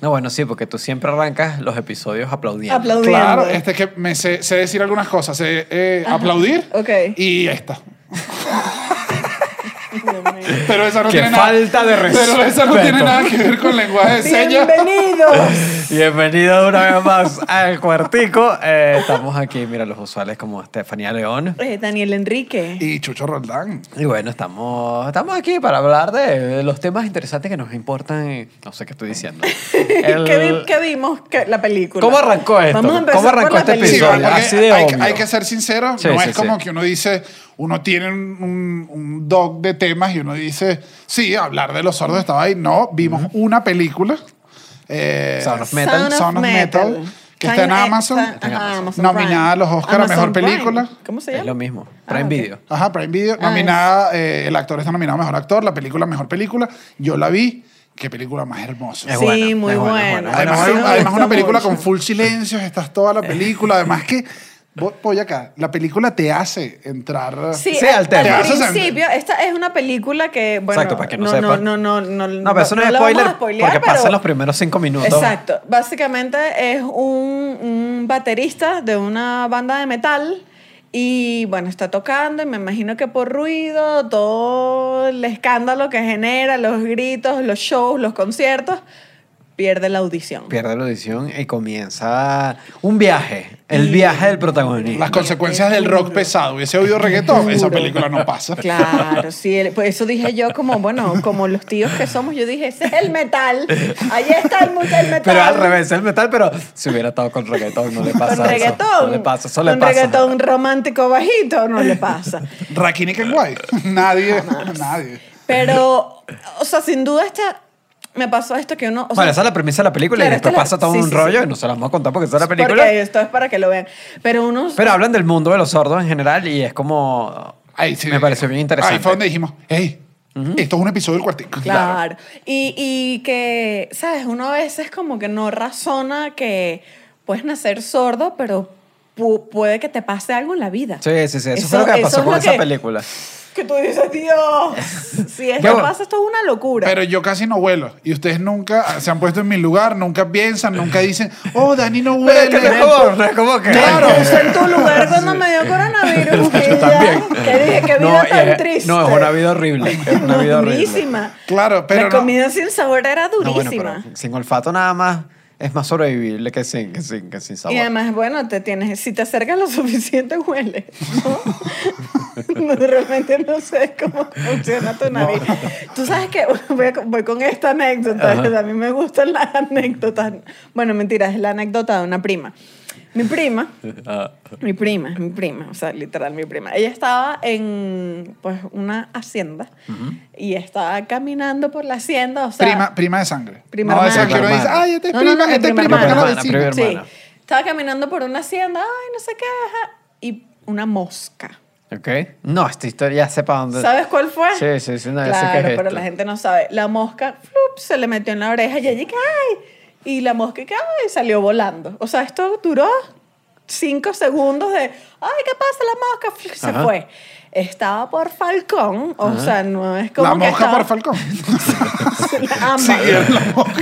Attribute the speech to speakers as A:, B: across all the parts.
A: No, bueno, sí, porque tú siempre arrancas los episodios aplaudiendo.
B: Aplaudiendo.
C: Claro, este que me sé, sé decir algunas cosas, sé eh, aplaudir
B: Ok.
C: y esta.
B: Dios mío.
C: Pero esa no
A: ¡Qué
C: tiene
A: falta de
C: nada. Pero esa no
A: respeto!
C: tiene nada que ver con lenguaje de señas.
B: Bienvenidos.
A: Bienvenido una vez más al cuartico. Eh, estamos aquí, mira, los usuales como Estefanía León.
B: Eh, Daniel Enrique.
C: Y Chucho Roldán.
A: Y bueno, estamos, estamos aquí para hablar de, de los temas interesantes que nos importan. No sé qué estoy diciendo. El-
B: ¿Qué, vi- qué vimos? ¿Qué- la película.
A: ¿Cómo arrancó esto?
B: Vamos a empezar
A: ¿Cómo arrancó
B: por la
A: este
C: Sí,
B: película.
A: episodio?
C: porque
A: así de
C: hay,
A: obvio.
C: hay que ser sincero.
A: Sí,
C: no
A: sí,
C: es como
A: sí.
C: que uno dice, uno tiene un, un- un doc de temas y uno dice, sí, hablar de los sordos estaba ahí. No, vimos una película. eh,
A: Sound of
B: Sound
A: Metal.
B: of
C: Sound of Metal, que está en
B: Time X,
C: Amazon,
B: ajá, Amazon Prime.
C: nominada a los Oscar a Mejor
B: Prime.
C: Película.
B: ¿Cómo se
A: Es lo
B: llama?
A: mismo.
B: Ah,
A: Prime
B: ok.
A: Video.
C: Ajá, Prime Video.
B: Ah,
C: nominada, eh, el actor está nominado a Mejor Actor, la película Mejor Película. Yo la vi. Qué película más hermosa.
A: Es
B: Sí,
A: buena,
B: muy
A: es buena, es
B: buena.
A: buena.
C: Además,
B: sí, me
C: además es
B: gusta
C: una película
B: mucho.
C: con full silencios, estás toda la película. Además que, vo- voy acá, la película te hace entrar...
B: Sí,
A: Sí,
B: al,
A: al tema.
B: al
C: Te haces-
B: principio, esta es una película que, bueno,
A: Exacto, para que no
B: no,
A: sepa.
B: no, no, no, no,
A: No, pero eso no es
B: la vamos
A: spoiler
B: a spoilear,
A: porque
B: pero-
A: pasan los primeros cinco minutos.
B: Exacto. Básicamente es un, un baterista de una banda de metal y bueno, está tocando y me imagino que por ruido, todo el escándalo que genera, los gritos, los shows, los conciertos, pierde la audición.
A: Pierde la audición y comienza un viaje. El
B: Y-
A: viaje del protagonista.
C: Las consecuencias del rock pesado. Hubiese oído reggaetón, esa película no pasa.
B: Claro, sí, el- por eso dije yo como, bueno, como los tíos que somos, yo dije, ese es el metal, ahí está el, mu- el metal.
A: Pero al revés, el metal, pero si hubiera estado con reggaetón, no le pasa
B: Con
A: eso.
B: reggaetón.
A: No le pasa, eso le
B: Con
A: pasa.
B: reggaetón romántico bajito, no le pasa.
C: Rakini Kenway. Nadie, nadie.
B: Pero, o sea, sin duda esta, me pasó esto que uno... o
A: bueno, esa
B: sea,
A: es la premisa de la película y
B: Claro,
A: después
B: esta es la-
A: pasa todo
B: sí,
A: un
B: sí,
A: rollo
B: sí.
A: y no se las vamos a contar porque esa es la película.
B: Porque esto es para que lo vean. Pero uno...
A: Pero hablan del mundo de los sordos en general y es como...
C: Ahí sí.
A: me pareció bien interesante.
C: Ahí fue donde dijimos, hey, esto es un episodio del cuartico.
B: Claro. Y, y que, ¿sabes? Uno a veces como que no razona que puedes nacer sordo, pero pu- puede que te pase algo en la vida.
A: Sí, sí, sí. Eso, fue lo que
B: eso
A: pasó
B: es
A: con
B: lo
A: esa
B: que-
A: película.
B: Que tú dices, Dios, si esto
A: Yo-
B: pasa, esto es una locura.
C: Pero yo casi no vuelo. Y ustedes nunca se han puesto en mi lugar, nunca piensan, nunca dicen, oh, Dani no
A: Pero
C: huele.
A: es que no es como, no es como que...
C: Claro.
B: Me puse en tu lugar cuando me dio coronavirus. que
A: Yo
B: ya,
A: también.
B: Que dije, qué
A: No,
B: vida tan
A: es-
B: triste.
A: No, es una vida horrible. Es una vida horrible.
B: Durísima.
C: Claro, pero
B: La
C: no-
B: comida sin sabor era
A: No,
B: durísima.
A: bueno, pero sin olfato nada más es más sobrevivible que sin, que sin, que sin sabor.
B: Y además, bueno, te tienes, si te acercas lo suficiente, huele. ¿no? No, realmente no sé cómo funciona tu nariz. Tú sabes que voy, a- voy con esta anécdota. A mí me gustan las anécdotas. Bueno, mentira, es la anécdota de una prima. Mi prima,
A: Ah.
B: mi prima, mi prima, o sea, literal, mi prima. Ella estaba en, pues, una hacienda y estaba caminando por la hacienda, o sea...
C: Prima, prima de sangre.
B: Prima
C: no,
B: hermana.
C: esa que uno dice, ay, esta es
B: No, no,
C: prima,
B: no,
C: esta es
B: prima
C: prima, este que
A: hermana.
C: la vecina.
A: Prima
B: Sí.
A: hermana.
B: Estaba caminando por una hacienda, ay, no sé qué, ajá, y una mosca.
A: Ok. No, esta historia ya sepa dónde.
B: ¿Sabes cuál fue?
A: Sí, sí, sí, no, ya sé
B: claro,
A: qué es
B: pero
A: esto.
B: la gente no sabe. La mosca flup, se le metió en la oreja y allí cae. Y la mosca cae y salió volando. O sea, esto duró cinco segundos de, ay, ¿qué pasa? La mosca flup, se
A: Ajá.
B: fue. Estaba por Falcón, o sea, no es como
C: La
B: que
C: mosca
B: estaba-
C: por Falcón.
B: Ambas.
C: Sí, es la mosca.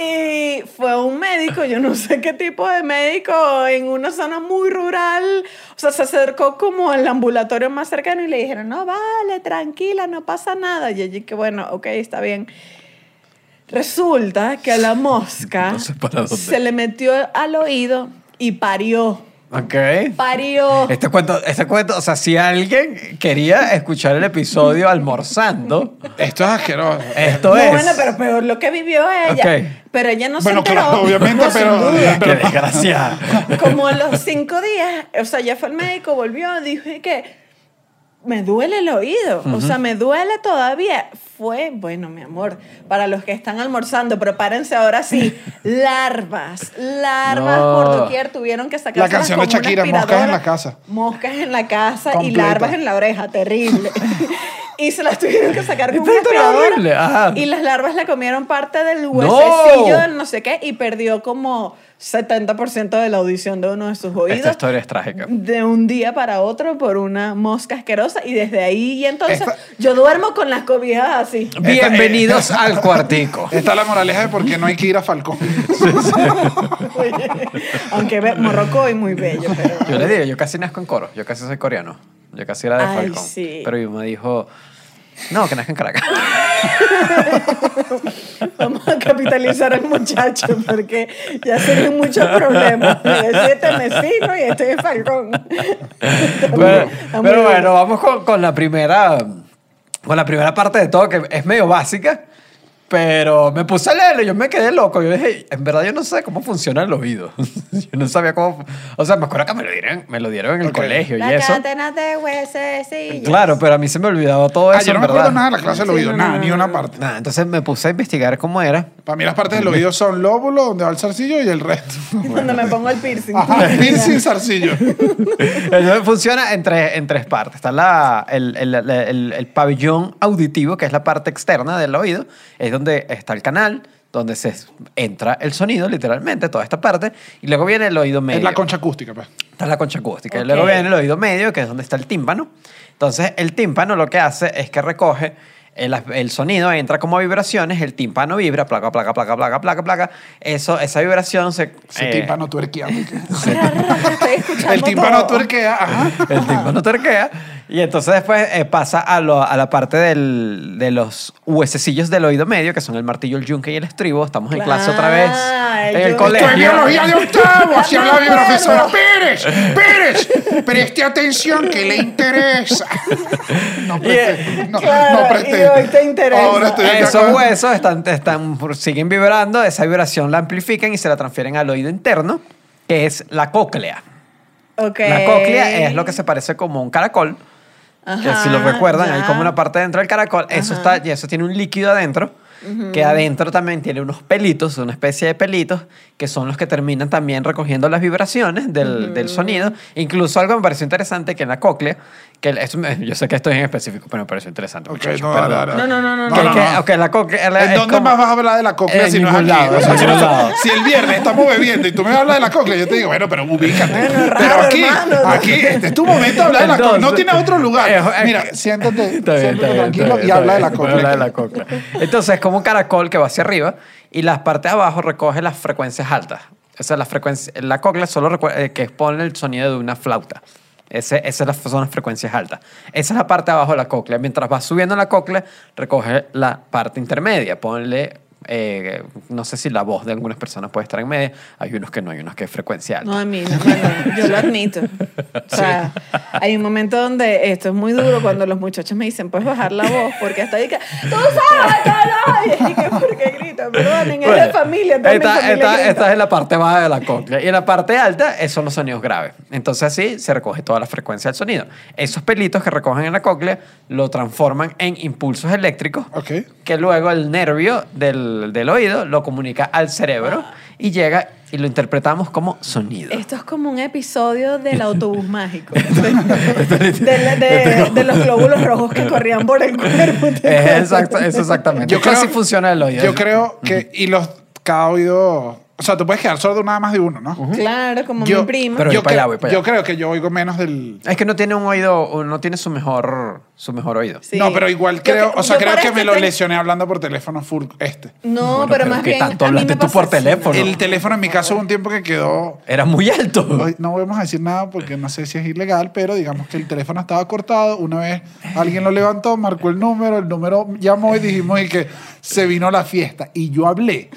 B: Y fue un médico, yo no sé qué tipo de médico, en una zona muy rural. O sea, se acercó como al ambulatorio más cercano y le dijeron, no, vale, tranquila, no pasa nada. Y allí que bueno, ok, está bien. Resulta que a la mosca
A: No sé para dónde.
B: se le metió al oído y parió.
A: Ok.
B: Parió.
A: Este cuento, este cuento, o sea, si alguien quería escuchar el episodio almorzando,
C: Esto es asqueroso.
A: esto
B: No,
A: es.
B: bueno, pero peor lo que vivió ella.
A: Ok.
B: Pero ella no
C: Bueno,
B: se enteró.
C: claro, obviamente,
B: No, sin
C: pero-
B: duda.
A: Qué desgracia.
B: Como a los cinco días, o sea, ya fue al médico, volvió, dije que me duele el oído, o sea, me duele todavía. Fue, bueno, mi amor, para los que están almorzando, prepárense ahora sí, larvas, larvas
A: No.
B: por doquier, tuvieron que sacar
C: La canción de Shakira, moscas en la casa.
B: Moscas en la casa y
C: Completa.
B: larvas en la oreja, terrible. y se las tuvieron que sacar con
A: Está
B: una
A: terrible, ajá.
B: aspiradora. Y las larvas le comieron parte del
A: No.
B: huesecillo del no sé qué y perdió como 70% de la audición de uno de sus oídos.
A: Esta historia es trágica.
B: De un día para otro por una mosca asquerosa y desde ahí y entonces
C: Esta-
B: yo duermo con las cobijas así.
A: Bienvenidos al cuartico.
C: Esta es la moraleja de por qué no hay que ir a Falcón.
B: Oye, Aunque ve- Morrocoy muy bello, pero...
A: Yo le digo, yo casi nazco en coro, yo casi soy coreano, yo casi era de
B: Ay,
A: Falcón.
B: sí.
A: Pero mi mamá dijo, no, que nazca en Caracas.
B: Vamos a capitalizar al muchacho porque ya tiene muchos problemas. Este es Temesino y este es Falcón.
A: pero,
B: Está muy
A: pero
B: bien.
A: bueno, vamos con, con la primera con la primera parte de todo que es medio básica, pero me puse a leerlo y yo me quedé loco. Yo dije, en verdad yo no sé cómo funciona el oído. yo no sabía cómo, o sea, me acuerdo que me lo dieron, me lo dieron en el
C: Ok.
A: colegio y
B: La
A: eso.
B: cadena de huesecillos.
A: Claro, pero a mí se me olvidaba todo
C: Ah,
A: eso,
C: yo no
A: en
C: me acuerdo
A: verdad.
C: nada de la clase del
B: Sí,
C: oído,
B: no,
C: nada,
B: no,
C: ni
B: no,
C: una
B: no.
C: parte.
A: Nada, entonces me puse a investigar cómo era.
C: Para mí las partes del oído son lóbulo, donde va el zarcillo y el resto.
B: Cuando me pongo el piercing.
C: Ajá, piercing, zarcillo.
A: Entonces, funciona en tres, en tres partes. Está la, el, el- el- el- el pabellón auditivo, que es la parte externa del oído, es donde está el canal, donde se entra el sonido, literalmente, toda esta parte, y luego viene el oído medio.
C: Es la concha acústica, pues.
A: Está la concha acústica.
B: Ok.
A: Y luego viene el oído medio, que es donde está el tímpano. Entonces, el tímpano lo que hace es que recoge el, el sonido, entra como vibraciones, el tímpano vibra, placa, placa, placa, placa, placa, placa. Eso, esa vibración se...
C: Ese
A: eh,
C: tímpano tuerqueando.
B: Estoy escuchando
C: El tímpano
B: todo.
C: tuerquea, ajá.
A: El tipo no terquea. Y entonces después eh, pasa a, lo- a la parte del- de los huesecillos del oído medio, que son el martillo, el yunque y el estribo. Estamos en clase otra vez
B: Claro,
A: en el
B: yo-
A: colegio.
C: ¡Tecnología de octavo! Así
B: Ya me
C: habla mi
B: acuerdo.
C: profesora. ¡Pérez! ¡Pérez! Preste atención que le interesa. No preste.
A: eh,
C: No,
B: Claro,
C: no preste.
B: y hoy te interesa.
C: Ahora estoy de
A: Esos
C: acuerdo.
A: huesos están, están, siguen vibrando, esa vibración la amplifican y se la transfieren al oído interno, que es la cóclea.
B: Ok.
A: La cóclea es lo que se parece como un caracol. que si lo
B: Ajá,
A: recuerdan,
B: ya.
A: hay como una parte dentro del caracol. Eso
B: Ajá.
A: está, y eso tiene un líquido adentro, que adentro también tiene unos pelitos, una especie de pelitos, que son los que terminan también recogiendo las vibraciones del, del sonido. Incluso algo me pareció interesante que en la cóclea, que el- esto me- yo sé que esto es en específico, pero me pareció interesante.
C: Ok,
A: muchachos,
C: no,
A: perdón.
C: no, no,
B: No, no, no, no.
A: Que- que- ok, la cóclea.
C: ¿En
A: es
C: dónde
A: como-
C: más vas a hablar de la cóclea
A: En
C: si no es
A: ningún
C: aquí?
A: lado, o sea, en ningún lado.
C: Si el viernes estamos bebiendo y tú me hablas de la cóclea, yo te digo, bueno, pero ubícate. pero
B: raro,
C: aquí,
B: hermano.
C: aquí, este es tu momento de hablar de la
A: Entonces-
C: cóclea. No tienes otro lugar.
A: Eh, eh,
C: Mira, siéntate,
A: Está bien, está
C: siéntate
A: bien,
C: tranquilo
A: está bien,
C: y
A: está
C: habla de
A: bien.
C: la
A: Voy a hablar de
C: cóclea.
A: la cóclea. Entonces, es como un caracol que va hacia arriba y las partes de abajo recoge las frecuencias altas. Esa es la frecuencia. La cóclea solo recu- eh, que expone el sonido de una flauta. Ese, esas las- son las frecuencias altas. Esa es la parte de abajo de la cóclea. Mientras va subiendo la cóclea, recoge la parte intermedia. Ponle, eh, no sé si la voz de algunas personas puede estar en media. Hay unos que no, hay unos que es frecuencia alta.
B: No, a mí, no, bueno, yo lo admito. O sea, hay un momento donde esto es muy duro cuando los muchachos me dicen, puedes bajar la voz, porque hasta ahí que, tú sabes que no, y que ¿por qué gritan? Perdonen, es de
A: Bueno,
B: familia, toda mi
A: esta,
B: familia
A: esta-
B: grita.
A: esta es la parte baja de la cóclea. Y en la parte alta eh, son los sonidos graves. Entonces así se recoge toda la frecuencia del sonido. Esos pelitos que recogen en la cóclea lo transforman en impulsos eléctricos
C: Ok.
A: que luego el nervio del, del oído lo comunica al cerebro y llega y lo interpretamos como sonido.
B: Esto es como un episodio del autobús mágico. De, de- de- de los glóbulos rojos que corrían por el cuerpo.
A: Es exacto, es exactamente. Yo casi funciona el oído.
C: Yo creo que, y los, cada oído, o sea, tú puedes quedar sordo nada más de uno, ¿no?
B: Claro, como
C: Yo-
B: mi prima.
A: Pero
C: yo,
A: voy para allá,
C: creo-
A: voy para allá.
C: yo creo que yo oigo menos del...
A: Es que no tiene un oído, no tiene su mejor, su mejor oído.
B: Sí.
C: No, pero igual
B: Yo
C: creo,
B: que-
C: o sea,
B: yo
C: creo
B: por este
C: que
B: eso
C: me lo
B: tengo-
C: lesioné hablando por teléfono full este.
B: No,
A: Bueno,
B: pero,
A: pero
B: más
A: ¿qué
B: bien.
A: tanto
B: a mí me
A: hablaste tú
B: pasó
A: por
B: así, ¿no?
A: teléfono?
C: El teléfono en mi caso hubo un tiempo que quedó...
A: Era muy alto.
C: Ay, No vamos a decir nada porque no sé si es ilegal, pero digamos que el teléfono estaba cortado. Una vez alguien lo levantó, marcó el número, el número llamó y dijimos y que se vino la fiesta. Y yo hablé.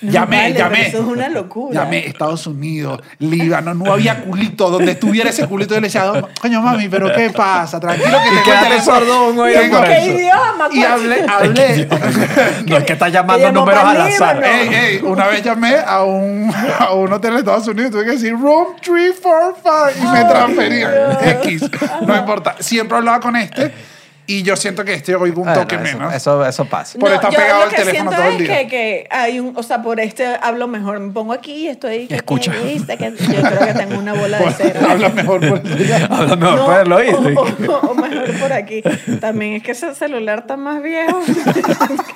B: No,
C: Llamé,
B: vale, pero
C: llamé.
B: Eso es una locura.
C: Llamé Estados Unidos, Líbano, no había culito donde estuviera ese culito. Yo le decía, coño mami, pero ¿qué pasa? Tranquilo que tengo el
A: quedaste
C: teléfono.
A: sordo un oído
C: Tengo-
A: por
B: ¿Qué
A: eso.
B: idioma?
C: Y
B: coño?
C: hablé, hablé.
A: No es que está
B: llamando
A: llamando
B: llamó números
A: números
B: para
A: al
B: al
A: azar.
B: azar. Líbano.
C: Ey, ey, una vez llamé a un, a un hotel de Estados Unidos y tuve que decir room 345 y me transferían. X, no importa. Siempre hablaba con este Y yo siento que este oigo un
A: Bueno,
C: toque
A: eso-
C: menos.
A: Eso, eso pasa.
C: Por estar
B: yo
C: pegado
B: lo
C: al
B: que
C: teléfono
B: siento
C: todo el
B: es
C: día.
B: Que, que hay un, o sea, por este hablo mejor. Me pongo aquí y estoy. que-
A: Escucha.
B: que dice que- yo creo que tengo una bola de cero.
C: Habla mejor por el día.
A: Habla mejor
B: No,
A: por el oído.
B: O, o- o mejor por aquí. También es que ese celular está más viejo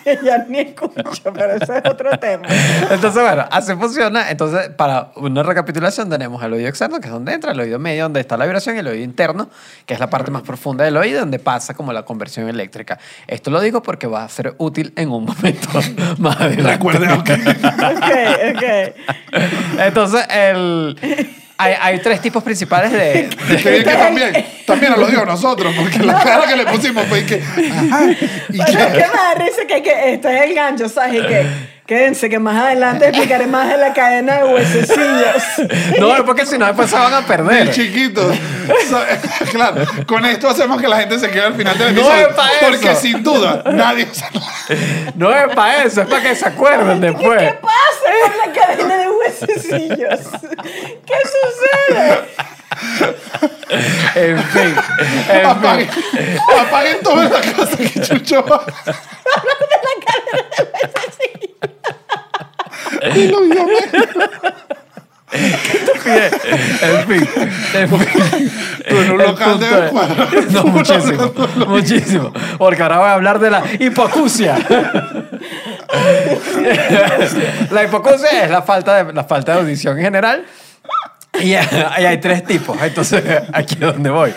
B: que ya ni escucho, pero ese es otro tema.
A: Entonces, bueno, así funciona. Entonces, para una recapitulación, tenemos el oído externo, que es donde entra, el oído medio, donde está la vibración, y el oído interno, que es la parte más profunda del oído, donde pasa como la conversión eléctrica. Esto lo digo porque va a ser útil en un momento más adelante.
C: Recuerden que
B: Ok, ok.
A: Entonces, el, hay, hay tres tipos principales de...
C: que bien que también, también lo digo nosotros, porque la cara que le pusimos fue que. Ajá, y
B: Pero es
C: que-
B: que me da risa que, que esto es el gancho, ¿sabes? Y que, quédense, que más adelante explicaré más de la cadena de huesecillos.
A: No, es porque si no, después se van a
C: el
A: perder.
C: chiquito. So- claro, con esto hacemos que la gente se quede al final del
A: No
C: episodio.
A: es pa' eso.
C: porque sin duda nadie se
A: No es para eso, es para que se acuerden
B: ¿Qué,
A: después.
B: qué pasa con la cadena de huesecillos? ¿Qué sucede?
A: En fin, en fin.
C: apaguen, apaguen toda la casa que Chucho va. Y lo vio
A: Bien, en fin, en fin.
C: en un
A: El
C: local de
A: punto es-
C: cuadro.
A: No, muchísimo, muchísimo. Porque ahora voy a hablar de la hipocucia. la hipocucia es la falta de, la falta de audición en general. Y hay, hay tres tipos, entonces aquí es donde voy.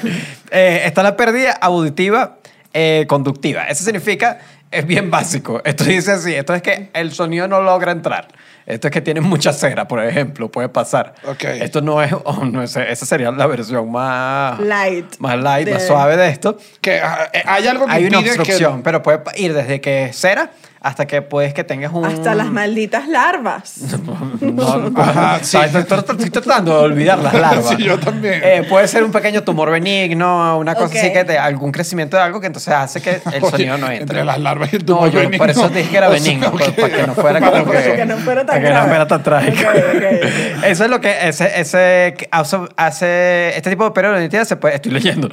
A: Eh, está la pérdida auditiva eh, conductiva. Eso significa, es bien básico. Esto dice así, esto es que el sonido no logra entrar. Esto es que tiene mucha cera, por ejemplo, puede pasar.
C: Ok.
A: Esto no es, oh, no, esa esa sería la versión más
B: Light.
A: más light, más
B: De-
A: suave de esto.
C: Que ah, eh, hay algo que
A: Hay una
C: impide que-
A: obstrucción, pero puede ir desde que es cera hasta que puedes que tengas un...
B: Hasta las malditas larvas.
A: No, no,
C: Ajá, sí.
A: Estoy, estoy- estoy tratando de olvidar las larvas.
C: Sí, yo también.
A: Eh, puede ser un pequeño tumor benigno, una cosa
B: Ok.
A: así que te, algún crecimiento de algo que entonces hace que el
C: Oye,
A: sonido no entre.
C: entre las larvas y el
A: No,
C: tumor
A: yo
C: benigno.
A: por eso te dije que era
C: O sea,
A: benigno,
C: ok.
A: pues, para que no fuera
C: Para
A: como que,
B: que no fuera tan
A: para que no
B: grave.
A: fuera tan trágico.
B: Ok, ok.
A: Eso es lo que ese, ese que hace, hace- este tipo de pérdida de identidad se puede, estoy leyendo.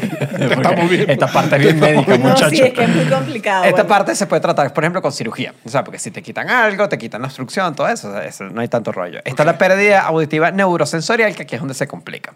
A: Porque
C: viendo.
A: Esta parte es bien
C: Te
A: médica,
C: estamos
B: No,
A: muchachos.
B: sí, es que es muy complicado.
A: Esta
B: Ah, bueno.
A: parte se puede tratar, por ejemplo, con cirugía. O sea, porque si te quitan algo, te quitan la obstrucción, todo eso, o sea, eso, no hay tanto rollo. Está la pérdida auditiva neurosensorial, que aquí es donde se complica.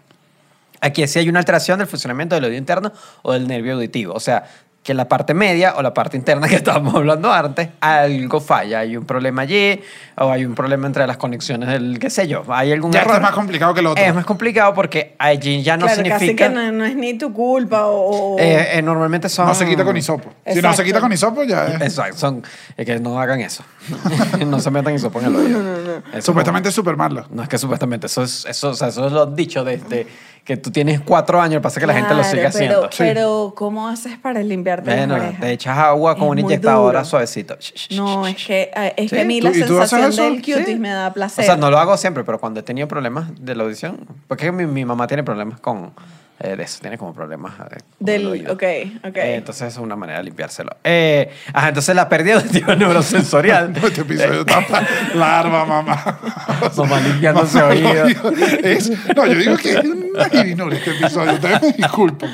A: Aquí sí hay una alteración del funcionamiento del oído interno o del nervio auditivo. O sea, que la parte media o la parte interna que estábamos hablando antes, algo falla. Hay un problema allí o hay un problema entre las conexiones del, qué sé yo, hay algún
C: Ya, este
A: error.
C: es más complicado que el otro.
A: Es más complicado porque allí ya no
B: claro, casi
A: significa...
B: que no, no es ni tu culpa o... o-
A: Eh, eh, normalmente son...
C: No se quita con hisopo. Si no se
B: Exacto.
C: quita con hisopo, ya es.
A: Exacto, son es que no hagan eso. no se metan y sopan el oído. Eso es
C: Supuestamente es súper malo.
A: como- no es que supuestamente, eso es, eso, o sea, eso es lo dicho desde que tú tienes cuatro años, pasa que la gente lo
B: Claro,
A: sigue
B: pero-
A: haciendo.
B: Pero, ¿cómo haces para limpiarte
A: Bueno,
B: las orejas?
A: te echas agua con
B: Es
A: una
B: muy
A: inyectadora
B: duro.
A: suavecito.
B: No, es que, eh, es
A: Sí,
B: que a mí
C: ¿tú-
B: la
C: y tú haces
B: sensación
C: eso?
B: del cutis
A: Sí.
B: me da placer.
A: O sea, no lo hago siempre, pero cuando he tenido problemas de la audición, porque mi, mi mamá tiene problemas con eh, de eso, tiene como problemas eh, con
B: Del-
A: el oído.
B: ok, ok.
A: Eh, entonces es una manera de limpiárselo. Eh, ajá, entonces la pérdida auditiva neurosensorial.
C: Este episodio está pa- larva, mamá.
A: Mamá limpiándose
C: Mamá,
A: oído.
C: Es- no, yo digo que es una irinura este episodio. Ustedes me disculpan.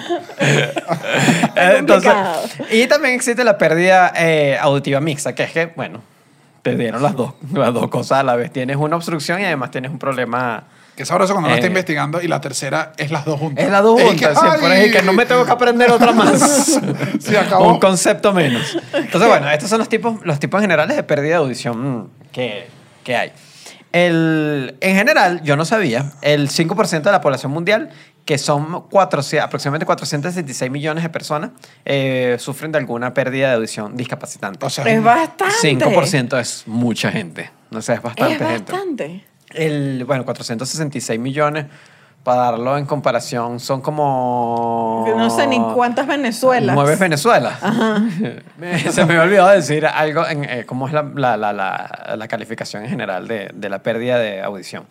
B: Está
A: Entonces,
B: complicado.
A: y también existe la pérdida eh, auditiva mixta, que es que, bueno, te dieron las dos, las dos cosas a la vez. Tienes una obstrucción y además tienes un problema.
C: Que es sabroso cuando uno está
A: Eh.
C: investigando y la tercera es las dos juntas.
A: Es la dos
C: que,
A: juntas, siempre
C: ay,
A: es que no me tengo que aprender otra más.
C: Se acabó.
A: Un concepto menos. Entonces, bueno, estos son los tipos, los tipos generales de pérdida de audición mm, que, que hay. El, en general, yo no sabía, el 5% de la población mundial, que son 400 aproximadamente 466 millones de personas, eh, sufren de alguna pérdida de audición discapacitante.
C: O sea,
B: es bastante.
A: 5% es mucha gente. O sea, es bastante
B: Es
A: gente.
B: bastante.
A: El, bueno, 466 millones, para darlo en comparación, son como...
B: No sé ni cuántas Venezuelas.
A: Nueve Venezuela. Me- Se me había olvidado decir algo en eh, cómo es la, la- la- la- la calificación en general de, de la pérdida de audición.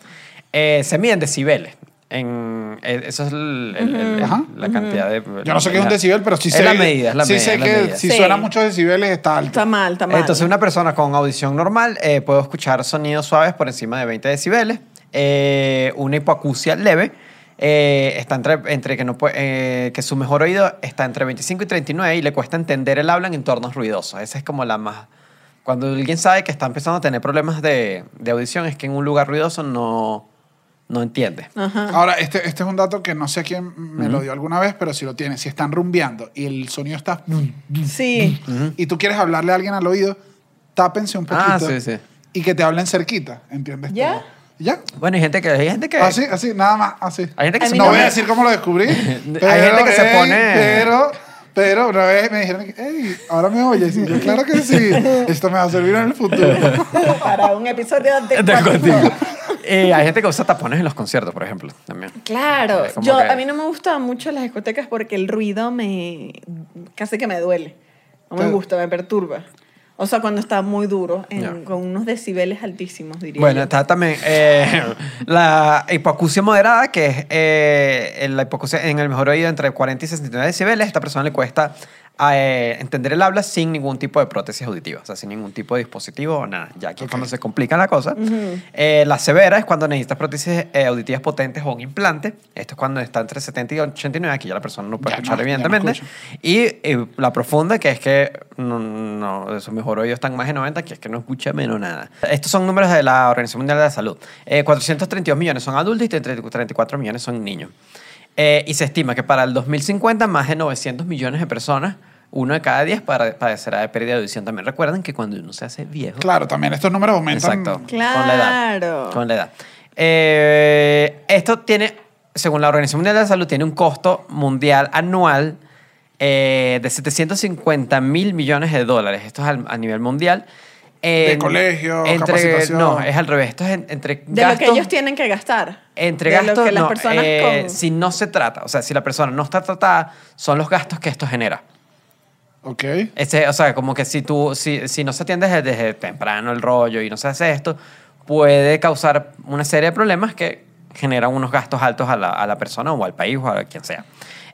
A: Eh, se miden decibeles. En, eh, eso es el- el- el- el-
C: Ajá.
A: la cantidad de...
C: yo no sé qué es un decibel, pero sí
A: Es
C: sé.
A: la medida, es la
C: sí
A: medida,
C: sé
A: es la
C: que
A: medida.
C: si
B: Sí.
C: suena muchos decibeles está alto.
B: Está mal, está mal.
A: Entonces, una persona con audición normal eh, puede escuchar sonidos suaves por encima de 20 decibeles, eh, una hipoacusia leve eh, está entre, entre que, no puede, eh, que su mejor oído está entre 25 y 39 y le cuesta entender el habla en entornos ruidosos. Esa es como la más... Cuando alguien sabe que está empezando a tener problemas de, de audición es que en un lugar ruidoso no, no entiende.
B: Ajá.
C: Ahora, este, este es un dato que no sé quién me lo dio alguna vez, pero si lo tienes, si están rumbeando y el sonido está...
A: Ah.
B: Sí.
C: Y tú quieres hablarle a alguien al oído, tápense un poquito.
A: Ah, sí, sí.
C: Y que te hablen cerquita, ¿entiendes?
B: ¿Ya?
C: Como, ¿Ya?
A: Bueno, hay gente que... Hay gente que
C: Así, así, nada más, así.
A: hay gente que
B: A
A: se
B: mí
C: No
B: no
C: voy a
B: me-
C: decir cómo lo descubrí. pero,
A: Hay gente que se
C: ey,
A: pone-
C: Pero, pero una vez me dijeron, que, "Ey, ahora me oyes. Y yo, claro que sí, esto me va a servir en el futuro.
B: Uh, Para un episodio
A: Te
B: de cuatro.
A: contigo. Eh, hay gente que usa tapones en los conciertos, por ejemplo, también.
B: Claro,
A: Es como
B: yo
A: que-
B: a mí no me gustan mucho las discotecas porque el ruido me casi que me duele. No me
C: Claro.
B: gusta, me perturba. O sea, cuando está muy duro, en-
A: Ya.
B: con unos decibeles altísimos, diría.
A: Bueno,
B: yo.
A: está también eh, la hipoacusia moderada, que es eh, la hipoacusia en el mejor oído entre 40 y 69 decibeles. A esta persona le cuesta eh, entender el habla sin ningún tipo de prótesis auditiva, o sea, sin ningún tipo de dispositivo o nada. Ya aquí es cuando se complica la cosa. Eh, la severa es cuando necesitas prótesis eh, auditivas potentes o un implante. Esto es cuando está entre 70 y 89, aquí ya la persona no puede
C: Ya no,
A: escuchar,
C: ya no
A: evidentemente.
C: escucha.
A: Y eh, la profunda, que es que no, no, su mejor oído están más de 90, que es que no escucha menos nada. Estos son números de la Organización Mundial de la Salud. Eh, 432 millones son adultos y 34 millones son niños. Eh, y se estima que para el 2050 más de 900 millones de personas, uno de cada 10 para- padecerá de pérdida de audición. También recuerden que cuando uno se hace viejo,
C: Claro, también estos números aumentan.
A: Exacto. Con la edad.
B: Claro.
A: Con la edad. Eh, esto tiene, según la Organización Mundial de la Salud, tiene un costo mundial anual eh, de 750 mil millones de dólares. Esto es al- a nivel mundial. En-
C: colegios,
A: entre-
C: capacitación.
A: No, es al revés. Esto es en- entre
B: de lo que ellos tienen que gastar.
A: entre
B: de
A: gastos,
B: lo que las
A: no,
B: personas
A: eh,
B: con-
A: si no se trata, o sea, si la persona no está tratada, son los gastos que esto genera.
C: Ok.
A: Ese, Este, o sea, como que si tú, si, si no se atiende desde, desde temprano el rollo y no se hace esto, puede causar una serie de problemas que generan unos gastos altos a la, a la persona o al país o a quien sea.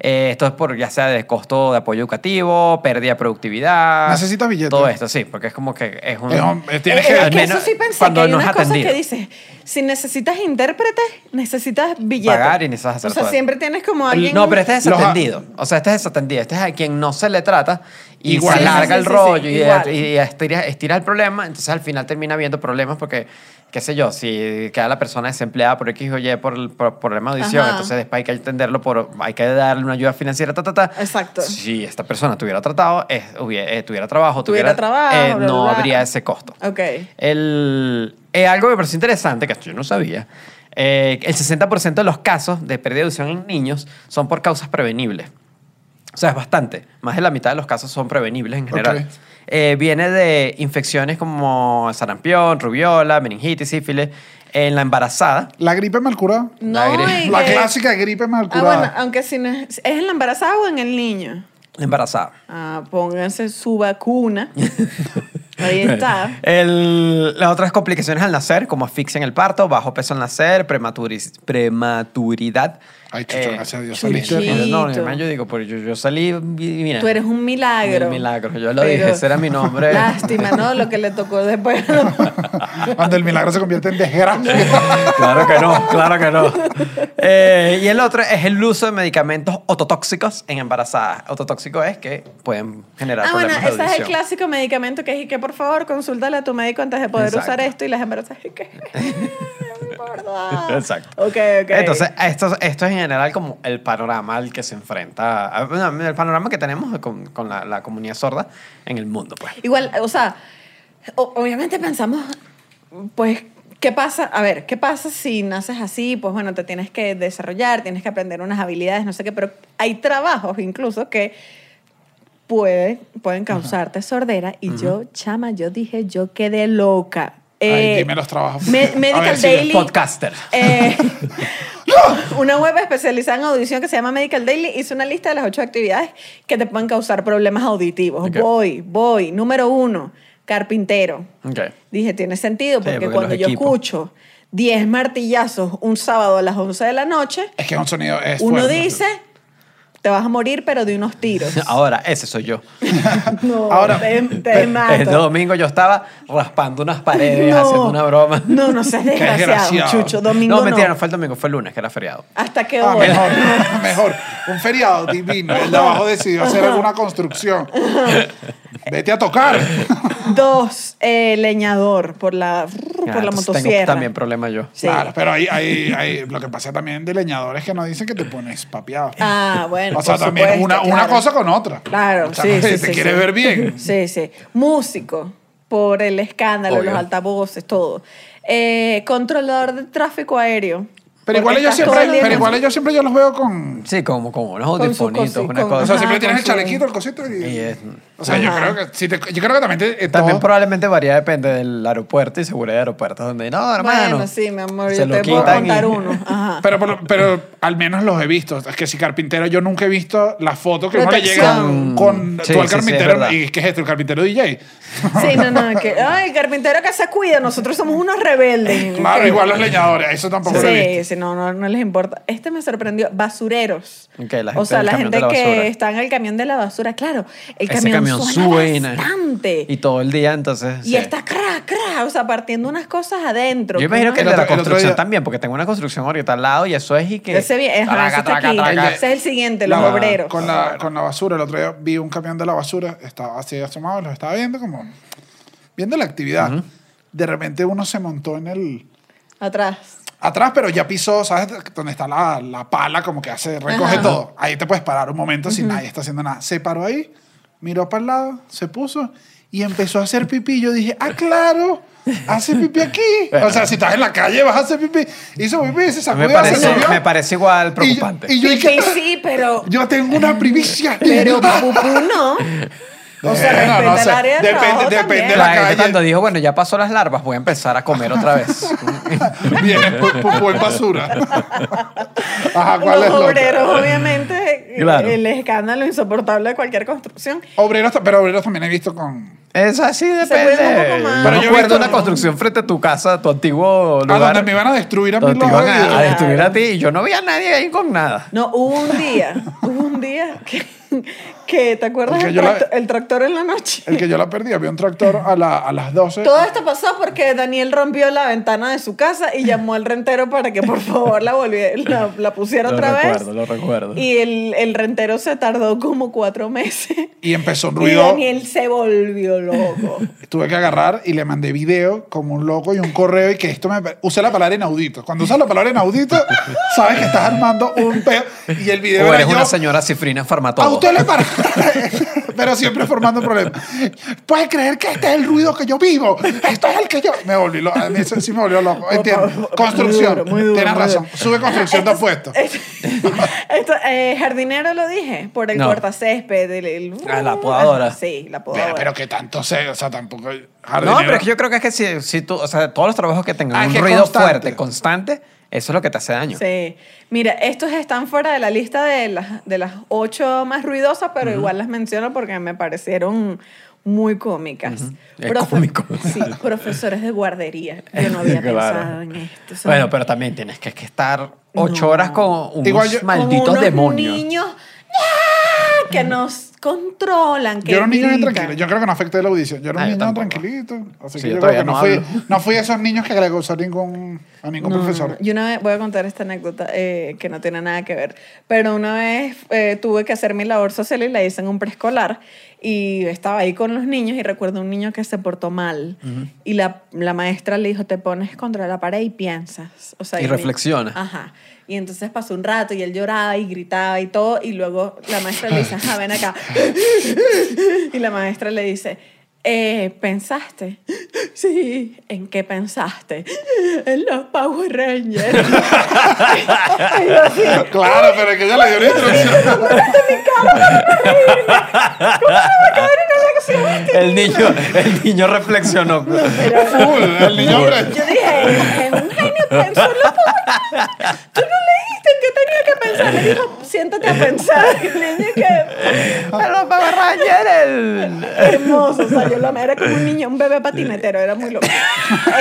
A: Eh, esto es por ya sea de costo de apoyo educativo, pérdida de productividad.
C: Necesitas billete.
A: Todo esto, sí, porque es como que es un...
C: Es un- es- tienes
B: Eh,
C: que-
B: es
A: al
B: que eso
A: menos
B: sí pensé
A: cuando
B: que hay
A: no es
B: unas cosas
A: atendido.
B: que dices, si necesitas intérprete, necesitas billetes.
A: Pagar y necesitas hacer
B: O sea,
A: todo eso.
B: siempre tienes como alguien...
A: No, pero este es
C: Los a-
A: desatendido. O sea, este es desatendido. Este es a quien no se le trata y
C: Igual.
A: se
C: Sí,
A: larga
B: sí,
A: el
B: sí,
A: rollo
B: sí,
A: y,
B: igual.
A: y estira, estira el problema. Entonces al final termina habiendo problemas porque, qué sé yo, si queda la persona desempleada por X o Y por, el- por problema de audición,
B: Ajá.
A: entonces después hay que atenderlo, por, hay que darle una ayuda financiera, ta, ta, ta.
B: Exacto.
A: Si esta persona tuviera tratado, es- hubie- eh, tuviera trabajo,
B: Tuviera trabajo,
A: eh,
B: bla,
A: no
B: bla, bla.
A: habría ese costo.
B: Ok.
A: El, eh, algo que me parece interesante, que esto yo no sabía, eh, el 60% de los casos de pérdida de audición en niños son por causas prevenibles. O sea, es bastante. Más de la mitad de los casos son prevenibles en general.
C: Ok.
A: Eh, viene de infecciones como sarampión, rubiola, meningitis, sífilis, en la embarazada.
C: La gripe mal curada.
B: No,
A: La gri-
B: y
C: La
B: que-
C: clásica gripe mal
B: Ah, bueno,
C: curada.
B: aunque si no es, ¿es en la embarazada o en el niño.
A: La embarazada.
B: Ah, pónganse su vacuna. Ahí está.
A: El- las otras complicaciones al nacer, como asfixia en el parto, bajo peso al nacer, prematuris- prematuridad. Eh,
C: Ay, chucho, gracias a Dios
B: saliste.
A: Chuchito. No, mi
B: Chuchito.
A: hermano, yo digo, pero yo, yo salí, y mira.
B: Tú eres un milagro.
A: Un milagro, yo lo dije, ese era mi nombre.
B: Lástima, ¿no? Lo que le tocó después. ah.
C: Cuando el milagro se convierte en desgracia.
A: claro que no, claro que no. Eh, y el otro es el uso de medicamentos ototóxicos en embarazadas. Ototóxico es que pueden generar
B: Ah, bueno,
A: problemas de
B: ese es el
A: audición.
B: clásico medicamento que es y que por favor consúltale a tu médico antes de poder
A: Exacto.
B: usar esto y las embarazas y que no importa.
A: Exacto.
B: Ok, ok.
A: Entonces, esto, esto es en general como el panorama al que se enfrenta, a- bueno, el panorama que tenemos con, con la, la comunidad sorda en el mundo, pues.
B: Igual, o sea, o- obviamente pensamos, pues, ¿qué pasa? A ver, ¿qué pasa si naces así? Pues bueno, te tienes que desarrollar, tienes que aprender unas habilidades, no sé qué, pero hay trabajos incluso que puede- pueden causarte sordera. Y yo, chama, yo dije, yo quedé loca. Eh,
C: Ay, dime los trabajos.
B: me-
C: A ver
B: Medical
C: si-
B: Daily.
A: Podcaster.
B: Eh, una web especializada en audición que se llama Medical Daily hizo una lista de las ocho actividades que te pueden causar problemas auditivos.
A: Ok.
B: Voy, voy. Número uno, carpintero.
A: Ok.
B: Dije, tiene sentido porque,
A: porque
B: cuando
A: los
B: yo
A: equipos.
B: escucho 10 martillazos un sábado a las 11 de la noche,
C: Es que es un sonido. Es
B: uno
C: fuerte.
B: dice, Te vas a morir, pero de unos tiros.
A: Ahora, ese soy yo.
B: No,
C: Ahora-
B: te, te
A: El
B: mato.
A: domingo yo estaba raspando unas paredes, eh, haciendo una broma.
B: No, no seas desgraciado,
C: desgraciado.
B: Chucho. Domingo
A: no,
B: no.
A: mentira, no. fue el domingo, fue el lunes, que era feriado.
B: ¿Hasta qué
C: Ah,
B: hora?
C: mejor, mejor. Un feriado divino. El de abajo decidió hacer alguna construcción. Vete a tocar.
B: Dos, eh, leñador por la,
A: Ah,
B: por la
A: entonces tengo
B: motosierra.
A: también pues. problema yo.
B: Sí.
C: Claro, pero ahí, ahí, ahí- lo que pasa también de leñadores que nos dicen que te pones papeado.
B: Ah, bueno.
C: o sea,
B: por
C: también
B: supuesto,
C: una,
B: claro.
C: una cosa con otra.
B: Claro,
C: O sea,
B: sí, sí,
C: Te
B: sí,
C: quieres
B: sí.
C: ver bien.
B: Sí, sí. Músico, por el escándalo,
A: Obvio.
B: los altavoces, todo. Eh, controlador de tráfico aéreo.
C: Pero igual,
B: Porque
C: ellos
B: estás todo
C: siempre,
B: el día
C: pero
B: en-
C: igual ellos siempre yo los veo con...
A: Sí, como, como unos
B: Con su
A: audifonitos,
B: cosi-
A: una
B: con-
C: O
A: cosa.
C: sea,
B: Ajá,
C: siempre tienes
B: con
C: el
B: su-
C: chalequito, el cosito y...
A: Y es-
C: O sea, yo creo que, si te- yo creo que también te, eh,
A: También
C: todo-
A: probablemente varía depende del aeropuerto y seguridad de aeropuertos donde no, hermano.
B: Bueno, sí, mi amor,
A: se
B: yo
A: lo
B: te puedo
A: quitan y-
B: contar uno. Ajá.
C: Pero, por lo- pero al menos los he visto. Es que si carpintero, yo nunca he visto la foto que uno le llega
B: Protección.
C: con, con
A: Mm. Sí,
C: tú al
A: sí, sí, es
C: carpintero.
A: verdad.
C: ¿Y qué es esto? ¿El carpintero DJ?
B: Sí, no, no, que, ay, carpintero que se cuida, nosotros somos unos rebeldes.
C: Claro,
B: Ok.
C: igual los leñadores. Eso tampoco lo he
B: Sí,
C: visto.
B: sí, no, no, no les importa. Este me sorprendió, basureros.
A: Ok, la
B: o
A: gente
B: sea,
A: del
B: la
A: camión de
B: gente
A: la basura.
B: que está en el camión de la basura, claro, el
A: Ese
B: camión, suena, bastante.
A: Y todo el día, entonces.
B: Y
A: sí.
B: está cra, cra, o sea, partiendo unas cosas adentro. pues,
A: Yo imagino
B: ¿no?
A: que el
C: El
A: de la
C: otro- el otro
A: construcción
C: día-
A: también, porque tengo una construcción ahorita al lado y eso es y que.
B: Ese, bien, ajá,
A: Traca,
B: ese está
A: traca,
B: aquí.
A: traca.
B: Ese es el siguiente, los
C: La-
B: obreros.
C: Con la, con la basura. El otro día vi un camión de la basura. Estaba así asomado, los estaba viendo como... Viendo la actividad. De repente uno se montó en el...
B: Atrás.
C: Atrás, pero ya pisó, ¿sabes? Donde está la, la pala, como que hace, recoge
B: Ajá.
C: todo. Ahí te puedes parar un momento si nadie está haciendo nada. Se paró ahí, miró para el lado, se puso y empezó a hacer pipí. Yo dije, ah, claro, hace pipí aquí. O sea, si estás en la calle, vas a hacer pipí. Hizo pipí, se sacudió,
A: Me parece,
C: se movió.
A: me parece igual
C: Y yo-
A: preocupante.
C: Y, yo, ¿y qué
B: Sí,
C: tal?
A: "Ah,
B: sí, pero.
C: yo tengo una primicia.
B: Pero pupú no. O sea,
C: Bueno,
B: respeta
C: no sé,
B: el área de
C: depende-
B: trabajo
C: depende
B: también.
C: de
A: la
C: la
A: gente
C: calle.
A: cuando dijo, bueno, ya pasó las larvas, voy a empezar a comer otra vez.
C: Viene pu- pupú en basura. Ajá, ¿cuál
B: Los
C: es la otra?
B: obreros, obviamente,
A: Claro.
B: el escándalo insoportable de cualquier construcción.
C: Obreros, pero obreros también he visto con...
A: Es así,
B: cuidan un
A: depende.
B: poco más.
A: Pero yo
C: Pero yo he
A: recuerdo
C: visto-
A: una construcción frente a tu casa, tu antiguo
C: A
A: lugar.
C: donde me iban a destruir a mí
A: Ah, donde te
C: los
A: iban a, a
C: oídos.
A: destruir a ti y yo no vi a nadie ahí con nada.
B: No, hubo un día, hubo un día que, que ¿te acuerdas
C: El que
B: el,
C: yo la-
B: tracto- el tractor en la noche?
C: El que yo la perdí, había un tractor a, la- a las 12.
B: Todo esto pasó porque Daniel rompió la ventana de su casa y llamó al rentero para que por favor la, volviera, la, la pusiera
A: Lo
B: otra
A: recuerdo,
B: vez.
A: lo recuerdo.
B: Y el, el rentero se tardó como cuatro meses.
C: Y empezó un
B: Y
C: ruido.
B: Daniel se volvió loco.
C: Tuve que agarrar y le mandé video como un loco y un correo y que esto me... Usé la palabra inaudito. Cuando usas la palabra inaudito, sabes que estás armando un peo. Y el video
A: O
C: era
A: eres
C: yo...
A: una señora cifrina
C: A
A: farmatodo.
C: usted le para... Pero siempre formando problemas. ¿Puedes creer que este es el ruido que yo vivo? Esto es el que yo... Me volví loco. A mí eso sí me volvió loco. Entiendo. Construcción.
B: Muy duro, muy duro,
C: Tienes
B: muy
C: razón.
B: duro.
C: Sube construcción de apuestos.
B: Esto, esto, eh, jardinero lo dije, por el
A: No.
B: cortacésped. El, el-
A: Ah, la podadora.
B: Sí, la podadora.
C: Pero, pero que tanto sé, o sea, tampoco...
A: No,
C: jardinero.
A: pero es que yo creo que es que si, si tú, o sea, todos los trabajos que tengan
C: Ah, es
A: un
C: que es
A: ruido
C: constante.
A: fuerte, constante, eso es lo que te hace daño.
B: Sí. Mira, estos están fuera de la lista de las, de las ocho más ruidosas, pero igual las menciono porque me parecieron muy cómicas.
A: Es cómico.
B: Sí, profesores de guardería. Yo no había
A: Claro.
B: pensado en esto. Son
A: Bueno, pero también tienes que, que estar ocho
B: No.
A: horas con unos
C: Igual yo-
B: como
A: malditos
B: unos
A: demonios.
B: niños ¡ah! que nos controlan. Que
C: Yo era un niño bien
B: gritan.
C: tranquilo. Yo creo que no afecté la audición. Yo era un
A: Ah, yo
C: niño
A: tampoco.
C: tranquilito. Así
A: Sí,
C: que
A: yo
C: yo, creo
A: todavía
C: que no,
A: no
C: fui,
A: hablo.
C: no fui esos niños que le causó ningún, a ningún
B: No, no,
C: profesor.
B: no. Yo una vez, voy a contar esta anécdota eh, que no tiene nada que ver, pero una vez eh, tuve que hacer mi labor social y la hice en un preescolar y estaba ahí con los niños y recuerdo un niño que se portó mal y la, la maestra le dijo, te pones contra la pared y piensas. O sea,
A: Y
B: el niño-
A: reflexionas.
B: Ajá. Y entonces pasó un rato y él lloraba y gritaba y todo y luego la maestra le dice, ajá, ven acá. Y la maestra le dice, "Eh, ¿pensaste? Sí, ¿en qué pensaste? En los Power Rangers. y yo así, "Ah,
C: Claro, pero es que ella le dio la instrucción.
A: El niño, el niño reflexionó.
C: Full, el niño
B: yo dije, es un genio pensó en los Power Rangers. Tú no leíste en qué tenía que pensar. Le dijo, siéntate a pensar. Y le dije, a los Power Rangers. Hermoso, o sea, yo lo amé. Era como un niño, un bebé patinetero, era muy loco.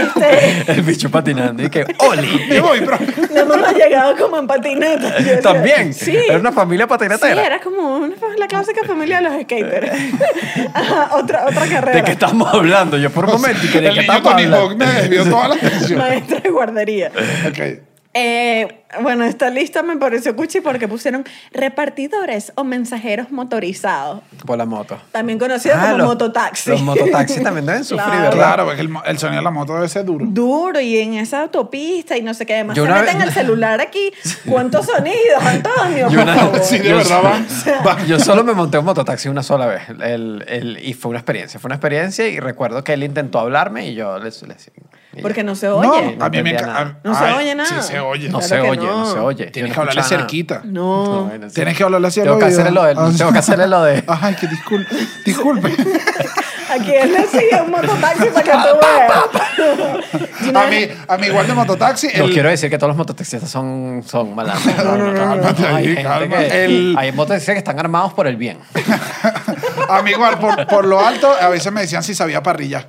B: Este,
A: El bicho patinando y que ¡Oli!
C: Me voy, bro.
B: la mamá llegaba como en patineta. Yo decía,
A: También.
B: Sí.
A: Era una familia
B: Sí,
A: patinatera.
B: era como una, fa- la clásica familia de los skaters. Ajá, otra, otra carrera.
A: Eh. ¿De qué estamos hablando? Yo por un momento y que de
C: El
A: qué
C: niño
A: estamos
C: Tony
A: hablando.
C: Hawk me desvió toda la atención.
B: Maestra de guardería.
C: Ok.
B: Eh, bueno, esta lista me pareció cuchi porque pusieron repartidores o mensajeros motorizados,
A: Por la moto.
B: también conocidos
A: Ah,
B: como
A: los-
B: mototaxi.
A: los mototaxis también deben sufrir, ¿verdad?
C: Claro, porque el, mo- el sonido de la moto debe ser duro.
B: Duro y en esa autopista y no sé qué. Además,
A: Yo
B: se
A: una
B: meten
A: vez-
B: el celular aquí. ¿Cuántos sonidos, Antonio?
A: Yo
B: por
A: una-
B: favor?
C: Sí, de
A: Yo
C: verdad
A: sé.
C: van. van-
A: Yo solo me monté un mototaxi una sola vez el- el- y fue una experiencia. Fue una experiencia y recuerdo que él intentó hablarme y yo le... le- y
B: Porque
A: ya.
B: no se
C: No,
B: oye.
A: no
C: a mí me
A: entendía
C: encanta.
A: nada.
B: No se oye nada.
C: Sí, se oye.
A: No
B: Claro
A: se
B: que
A: oye, no.
B: no.
A: se oye. Yo
C: Tienes
A: no
C: que hablarle
A: escuchaba nada.
C: cerquita.
B: No.
A: bueno, sí.
C: Tienes que hablarle así al
A: Tengo que
C: oído.
A: hacerle lo de-
C: Ah,
A: tengo que hacerle lo de-
C: Ay, que disculpe. Disculpe.
B: Aquí él le sigue un mototaxi para que tú veas. Y una
C: a, mí,
B: vez-
C: a mí igual de mototaxi.
A: No
C: el-
A: quiero decir que todos los mototaxistas son, son malandros. No, no, no,
C: cálmate ahí,
A: hay, gente
C: calma.
A: que-
C: El-
A: hay mototaxistas que están armados por el bien.
C: A mí igual, por, por lo alto, a veces me decían si sabía parrilla.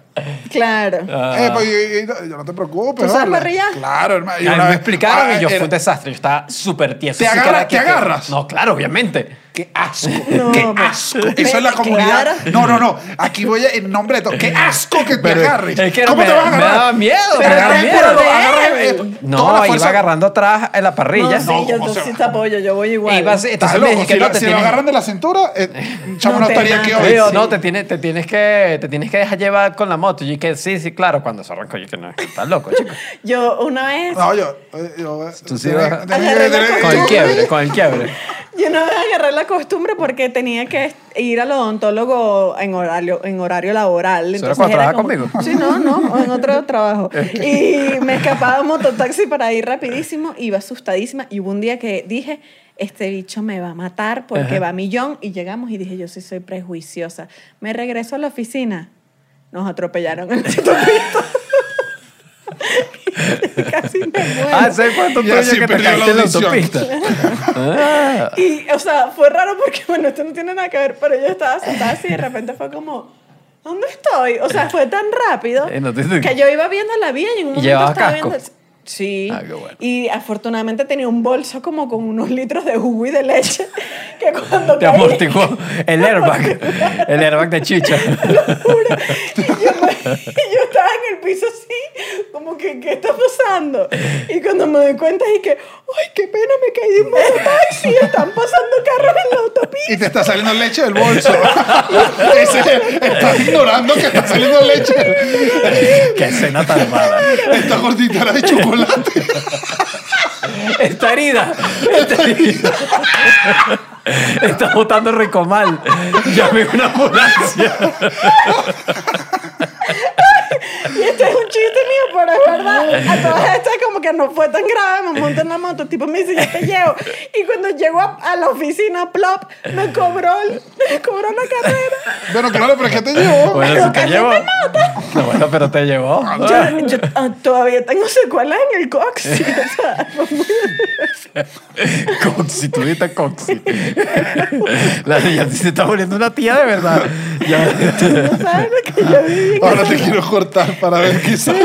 B: Claro.
A: Ah.
C: Eh, pues, yo, yo- yo no te preocupes.
B: ¿Tú sabes
C: habla.
B: parrilla?
C: Claro, hermano.
A: Y me explicaron
C: ah,
A: y yo
C: era-
A: fue un desastre. Yo estaba súper tieso.
C: ¿Te
A: Así que
C: agarras-
A: era que-
C: te
A: que-
C: agarras?
A: No, claro, obviamente.
C: ¡Qué asco!
B: No,
C: ¡Qué
B: pero-
C: asco! Eso es la
B: Claro.
C: comunidad. No, no, no. Aquí voy a- en nombre de todo. ¡Qué asco que te
A: Pero
C: agarres!
A: es que no
C: ¿Cómo
A: me-
C: te vas a
A: me
C: agarrar?
A: daba miedo,
C: Te
B: me daba
C: agarras el
B: miedo.
C: culo, agarras
B: Pero
C: el-
B: de
C: el- toda
A: No,
C: la
A: iba
C: fuerza.
A: agarrando atrás en la parrilla.
B: No,
C: No,
B: sí, yo,
C: ¿cómo
B: yo
C: se
B: sí
C: va?
B: te apoyo, yo voy igual.
A: Iba así, entonces
C: Estás
A: le
C: loco.
A: dije
C: Si,
A: que no
C: lo,
A: te
C: si lo
A: tienes-
C: agarran de la cintura, eh, chamo,
B: No
C: no,
B: te
C: estaría aquí
B: mates.
C: hoy.
A: Digo,
B: Sí.
A: no, te, tiene- te tienes que, te tienes que dejar llevar con la moto. Y yo que sí, sí, claro. Cuando se arrancó, yo que no, estás loco, chico.
B: Yo una vez,
C: No, yo. eh, yo
A: Tú sí
C: tenés-
A: vas-
C: tenés-
B: Agarré la
C: tenés-
A: Con el quiebre, con el quiebre.
B: yo una vez agarré la costumbre porque tenía que ir al odontólogo en horario, en horario laboral.
A: ¿Eso era
B: Entonces
A: cuando
B: era
A: trabajaba
B: como-
A: conmigo?
B: Sí, no, no, en otro trabajo. Y me escapaba en mototaxi para ir rapidísimo, iba asustadísima y hubo un día que dije... Este bicho me va a matar porque va a millón. Y llegamos y dije, yo sí soy prejuiciosa. Me regreso a la oficina. Nos atropellaron en la autopista. Casi me muero.
A: Ah, ¿sabes cuánto
C: Y
A: tuyo
C: así
A: que te
C: perdió la
A: caíste en la
C: audición.
A: autopista?
B: Y, o sea, fue raro porque, bueno, esto no tiene nada que ver, pero yo estaba sentada así y de repente fue como, ¿dónde estoy? O sea, fue tan rápido
A: Eh, no te-
B: que yo iba viéndola bien y en un
A: ¿Y
B: momento
A: llevabas
B: estaba
A: casco?
B: viendo... Sí,
A: Ah, qué bueno.
B: y afortunadamente tenía un bolso como con unos litros de jugo y de leche que cuando
A: Te
B: caí-
A: amortiguó el airbag. El airbag de chicha.
B: Juro. Y yo, me- y yo estaba en el piso así, como que, ¿qué está pasando? Y cuando me doy cuenta es que, ¡ay, qué pena, me caí de un mototaxi! Están pasando carros en la autopista.
C: Y te está saliendo leche del bolso. Ese- estás ignorando que está saliendo leche.
A: Qué escena tan mala.
C: Esta gordita era de chocolate.
A: Está herida. Está herida. Está botando ricomal. Llamé a una ambulancia.
B: Y este es un chiste mío, pero es verdad. A todas estas, como que no fue tan grave, me monto en la moto, tipo me dice, yo te llevo. Y cuando llego a, a la oficina, plop, me cobró, el- me cobró la carrera.
C: Bueno, claro, pero es que te llevó.
A: Bueno, si te
B: casi
A: llevó.
B: te
A: No, bueno, pero te llevó.
B: Yo, yo, ah, todavía tengo secuelas en el cox. o sea,
A: Coxi, tú dijiste Coxi. La niña se está volviendo una tía de verdad. Ya.
B: no sabes lo que yo viví.
C: Ahora te quiero cortar para ver qué sale.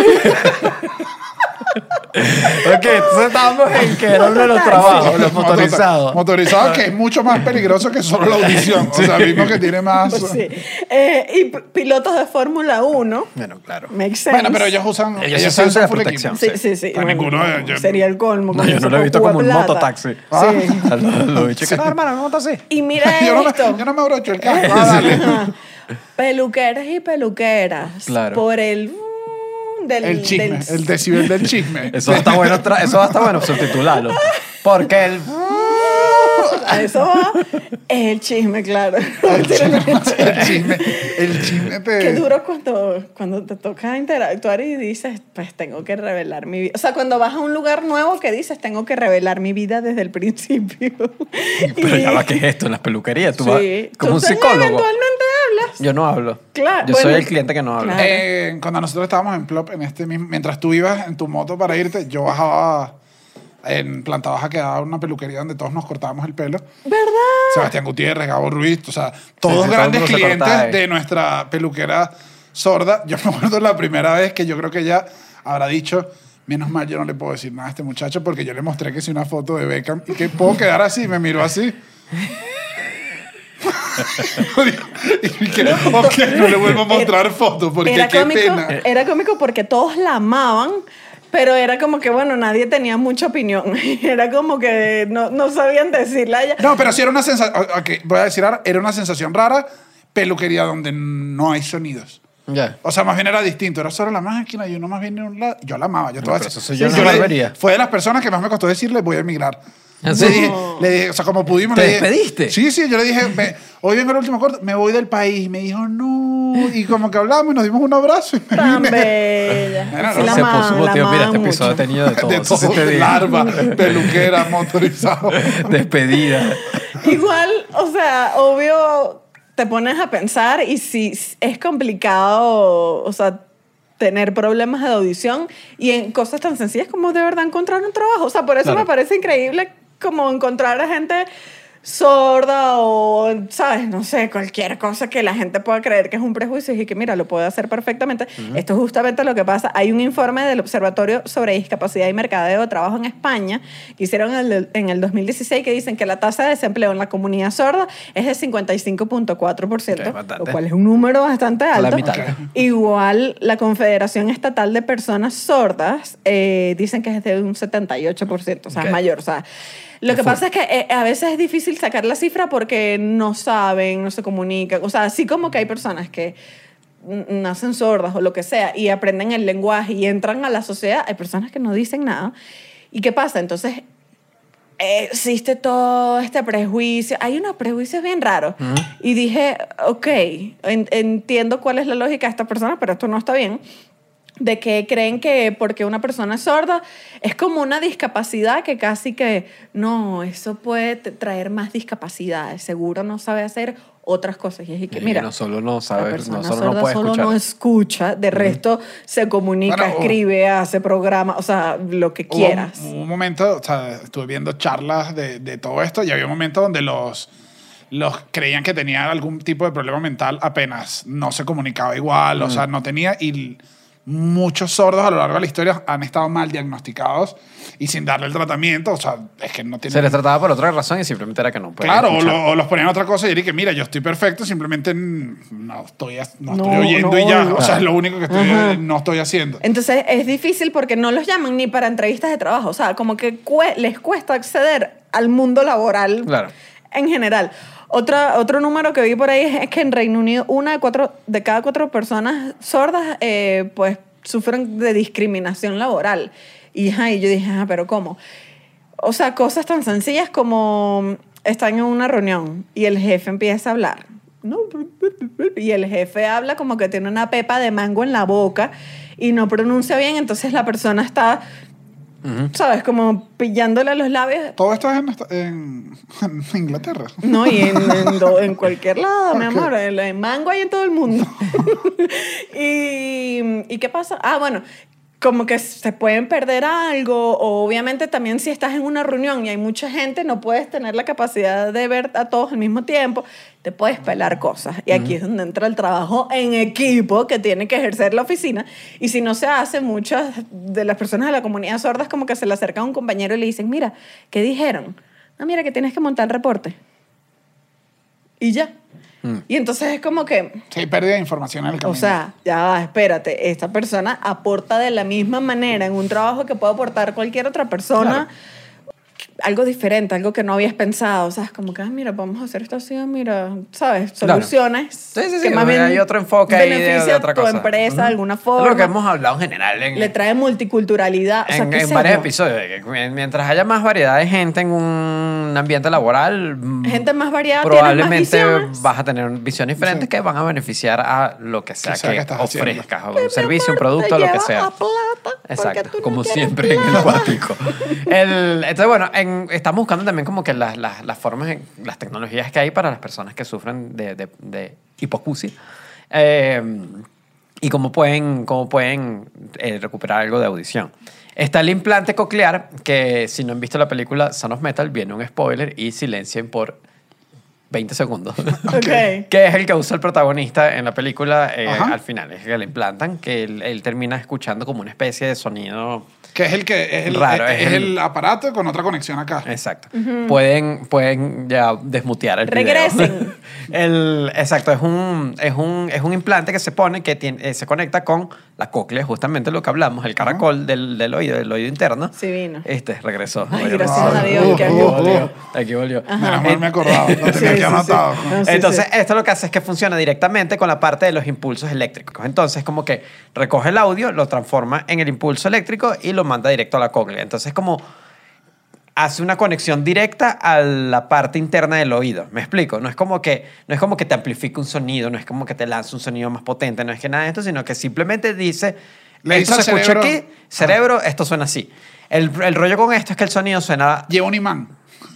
A: Ok, entonces estábamos en que era uno de los
B: Mototaxi.
A: trabajos, los
C: Motota-
A: motorizados.
C: Motorizado que es mucho más peligroso que solo la audición. O sea, mismo que tiene más.
B: Pues sí. Eh, y p- pilotos de Fórmula 1.
A: Bueno, claro.
B: Makes sense.
C: Bueno, pero ellos usan.
A: Ellos sí usan
C: full
A: protección.
C: equipo.
B: Sí, sí, sí.
C: A ninguno, eh, yo-
B: sería el colmo.
A: No, yo no lo he visto como un mototaxi.
B: Sí.
A: A lo- lo bicho que, No, hermano, no monto así.
B: Y mira
C: Ah. Yo no me,
B: esto.
C: yo no me abrocho el casco. Ah, dale.
B: Ajá. Peluqueras y peluqueras.
A: Claro.
B: Por el. mm, Del,
C: El chisme,
B: del-
C: el decibel del chisme.
A: Eso está bueno, tra- eso está bueno subtitularlo. Porque el...
B: a eso va. Es el chisme, claro.
C: El chisme, el chisme, el chisme te.
B: Qué duro cuando, cuando te toca interactuar y dices, pues tengo que revelar mi vida. O sea, cuando vas a un lugar nuevo que dices, tengo que revelar mi vida desde el principio.
A: Pero
B: Y-
A: ya va, ¿qué es esto? En las peluquerías, tú
B: Sí.
A: vas como un
B: Tú también
A: psicólogo.
B: Eventualmente hablas.
A: Yo no hablo.
B: Claro,
A: Yo soy
B: bueno.
A: el cliente que no habla.
B: Claro.
C: Eh, cuando nosotros estábamos en Plop, en este mismo, mientras tú ibas en tu moto para irte, yo bajaba En planta baja quedaba una peluquería donde todos nos cortábamos el pelo.
B: ¿Verdad?
C: Sebastián Gutiérrez, Gabo Ruiz, o sea, todos
A: sí, todo
C: grandes
A: el mundo se cortaba ahí.
C: clientes de nuestra peluquera sorda. Yo me acuerdo la primera vez que yo creo que ella habrá dicho, menos mal yo no le puedo decir nada a este muchacho porque yo le mostré que es una foto de Beckham y que puedo quedar así, me miró así. y que, ok, no le vuelvo a mostrar fotos porque
B: era
C: qué
B: cómico,
C: pena.
B: era cómico porque todos la amaban, pero era como que, bueno, nadie tenía mucha opinión. Era como que no, no sabían decirla. ya.
C: No, pero sí era una sensación. voy a decir ahora, era una sensación rara. Peluquería donde no hay sonidos.
A: Ya.
C: O sea, más bien era distinto. Era solo la máquina y uno más bien en un lado. Yo la amaba. Yo, te voy a
A: pero
C: decir-
A: eso soy yo en la
C: le-
A: barbería.
C: Fue de las personas que más me costó decirle, voy a emigrar.
A: ¿En
C: Le
A: serio?
C: dije- le dije- o sea, como pudimos.
A: ¿Te
C: le dije-
A: despediste?
C: Sí, sí. Yo le dije, me- hoy vengo al último corte, me voy del país. Y me dijo, no. Y como que hablamos y nos dimos un abrazo. Y me
B: Tan
C: vine.
B: bella.
C: Bueno,
B: Sí,
C: no
B: la
C: sé,
A: se puso
B: amaban,
A: motivo.
B: la
A: Mira, este
B: amaban
A: episodio ha
B: mucho.
A: tenido de todo.
C: De
A: eso sí
C: todo,
A: te digo.
C: larva, peluquera, motorizado.
A: Despedida.
B: Igual, o sea, obvio, te pones a pensar y si es complicado, o sea, tener problemas de audición y en cosas tan sencillas como de verdad encontrar un trabajo. O sea, por eso
A: Claro.
B: me parece increíble como encontrar a gente sorda o, ¿sabes? No sé, cualquier cosa que la gente pueda creer que es un prejuicio y que, mira, lo puede hacer perfectamente. Esto es justamente lo que pasa. Hay un informe del Observatorio sobre Discapacidad y Mercadeo de Trabajo en España que hicieron en el, en el 2016 que dicen que la tasa de desempleo en la comunidad sorda es de 55.4%,
A: Ok, bastante.
B: lo cual es un número bastante alto.
A: mitad.
C: Ok.
B: Igual la Confederación Estatal de Personas Sordas eh, dicen que es de un 78%, o sea,
A: Ok.
B: es mayor. O sea, lo
A: Es
B: que
A: full.
B: pasa es que eh, a veces es difícil sacar la cifra porque no saben, no se comunican. O sea, así como que hay personas que n- nacen sordas o lo que sea y aprenden el lenguaje y entran a la sociedad, hay personas que no dicen nada. ¿Y qué pasa? Entonces existe todo este prejuicio. Hay unos prejuicios bien raros. Y dije, ok, en- entiendo cuál es la lógica de estas personas, pero esto no está bien. De que creen que porque una persona es sorda es como una discapacidad que casi que no, eso puede t- traer más discapacidades. Seguro no sabe hacer otras cosas. Y es que,
A: Y
B: mira.
A: Eh, no solo no
B: La
A: sabe,
B: persona
A: no solo
B: sorda
A: no puede
B: solo
A: escuchar.
B: no escucha, de resto se comunica,
C: Bueno, o-
B: escribe, hace programa, o sea, lo que
C: Hubo-
B: quieras.
C: Hubo, un momento, o sea, estuve viendo charlas de, de todo esto y había un momento donde los, los creían que tenían algún tipo de problema mental apenas no se comunicaba igual, o sea, no tenía y l- muchos sordos a lo largo de la historia han estado mal diagnosticados y sin darle el tratamiento, o sea, es que no tienen...
A: Se les trataba por otra razón y simplemente era que no podía
C: Claro, o,
A: escuchar.
C: lo- o los ponían a otra cosa y dije, mira, yo estoy perfecto, simplemente mm, no estoy, ha- no
B: No,
C: estoy oyendo
B: no
C: y ya,
B: oigo.
C: o sea, es lo único que estoy-
B: Ajá.
C: no estoy haciendo.
B: Entonces es difícil porque no los llaman ni para entrevistas de trabajo. O sea, como que cue- les cuesta acceder al mundo laboral
A: Claro.
B: en general. Otra, otro número que vi por ahí es que en Reino Unido una de, cuatro, de cada cuatro personas sordas eh, pues sufren de discriminación laboral. Y, ajá, y yo dije, ah, pero ¿cómo? O sea, cosas tan sencillas como están en una reunión y el jefe empieza a hablar. No, y el jefe habla como que tiene una pepa de mango en la boca y no pronuncia bien, entonces la persona está, ¿sabes? Como pillándole a los labios.
C: Todo esto es en esta- en- en Inglaterra.
B: No, y en, en do- en cualquier lado, mi
C: Ok.
B: amor. El, el mango hay en todo el mundo. y, ¿Y qué pasa? Ah, bueno, como que se pueden perder algo. O obviamente también si estás en una reunión y hay mucha gente, no puedes tener la capacidad de ver a todos al mismo tiempo. Te puedes pelar cosas. Y aquí es donde entra el trabajo en equipo que tiene que ejercer la oficina. Y si no se hace, muchas de las personas de la comunidad sordas como que se le acerca a un compañero y le dicen, mira, ¿qué dijeron? No, mira, que tienes que montar el reporte y ya.
A: Mm.
B: Y entonces es como que,
C: Sí, hay pérdida de información en el camino.
B: o sea, ya va, espérate, esta persona aporta de la misma manera en un trabajo que puede aportar cualquier otra persona. Algo diferente, algo que no habías pensado, o sea, es como que, ah, mira, vamos a hacer esto así, ah, mira, ¿sabes?
A: Claro.
B: Soluciones.
A: Sí, sí, sí,
B: que más bien
A: hay otro enfoque ahí de- de
B: beneficia a
A: otra
B: tu
A: cosa.
B: empresa
A: Ujú.
B: de alguna
A: Es
B: forma.
A: lo que hemos hablado en general en,
B: Le trae multiculturalidad. o sea,
A: en-
B: qué
A: en
B: sé
A: varios
B: yo.
A: episodios. de que mien- Mientras haya más variedad de gente en un ambiente laboral, mm,
B: Gente más variada, tiene más
A: probablemente
B: visiones.
A: vas a tener visiones diferentes
C: Sí.
A: que van a beneficiar a lo que sea
C: Que sea
A: que,
C: que estás haciendo.
A: ofrezcas,
B: Que, mi
A: un servicio, un
B: amor, te
A: producto, lo que
B: lleva
A: sea.
B: a plata, porque
A: Exacto,
B: tú no
A: como
B: quieres
A: siempre en el
B: plata.
A: cuático. El- entonces, bueno, en- estamos buscando también como que las, las, las formas, en- las tecnologías que hay para las personas que sufren de, de, de hipoacusia. Eh, y cómo pueden, cómo pueden eh, recuperar algo de audición. Está el implante coclear, que si no han visto la película Son of Metal, viene un spoiler y silencien por 20 segundos.
B: Ok.
A: que es el que usa el protagonista en la película eh,
C: Ajá.
A: al final, es el que le implantan, que él, él termina escuchando como una especie de sonido
C: Que es el que es el,
A: Raro,
C: es,
A: es
C: es
A: el-
C: el aparato con otra conexión acá.
A: Exacto. Pueden, pueden ya desmutear el video.
B: Regresen.
A: el, exacto, es un, es, un, es un implante que se pone que tiene- eh, se conecta con la cóclea, justamente lo que hablamos, el caracol del, del oído, del oído interno.
B: Sí vino.
A: Este regresó.
B: Ay,
A: Oye,
B: gracias
A: regresó.
B: a Dios, que
A: Aquí
B: volvió.
A: volvió, Aquí volvió.
C: Menos mal me acordaba, lo
B: Sí,
C: tenía
B: sí,
C: aquí
B: sí.
C: anotado.
B: No, Ah, sí,
A: Entonces,
B: sí.
A: esto lo que hace es que funciona directamente con la parte de los impulsos eléctricos. Entonces, como que recoge el audio, lo transforma en el impulso eléctrico y lo manda directo a la cóclea. Entonces, como hace una conexión directa a la parte interna del oído. ¿Me explico? No es como que no es como que te amplifica un sonido, no es como que te lanza un sonido más potente, no es que nada de esto, sino que simplemente dice
C: Le
A: esto
C: dice
A: se
C: al
A: escucha
C: cerebro- Ah.
A: aquí, cerebro, esto suena así. El, el rollo con esto es que el sonido suena
C: Lleva un imán.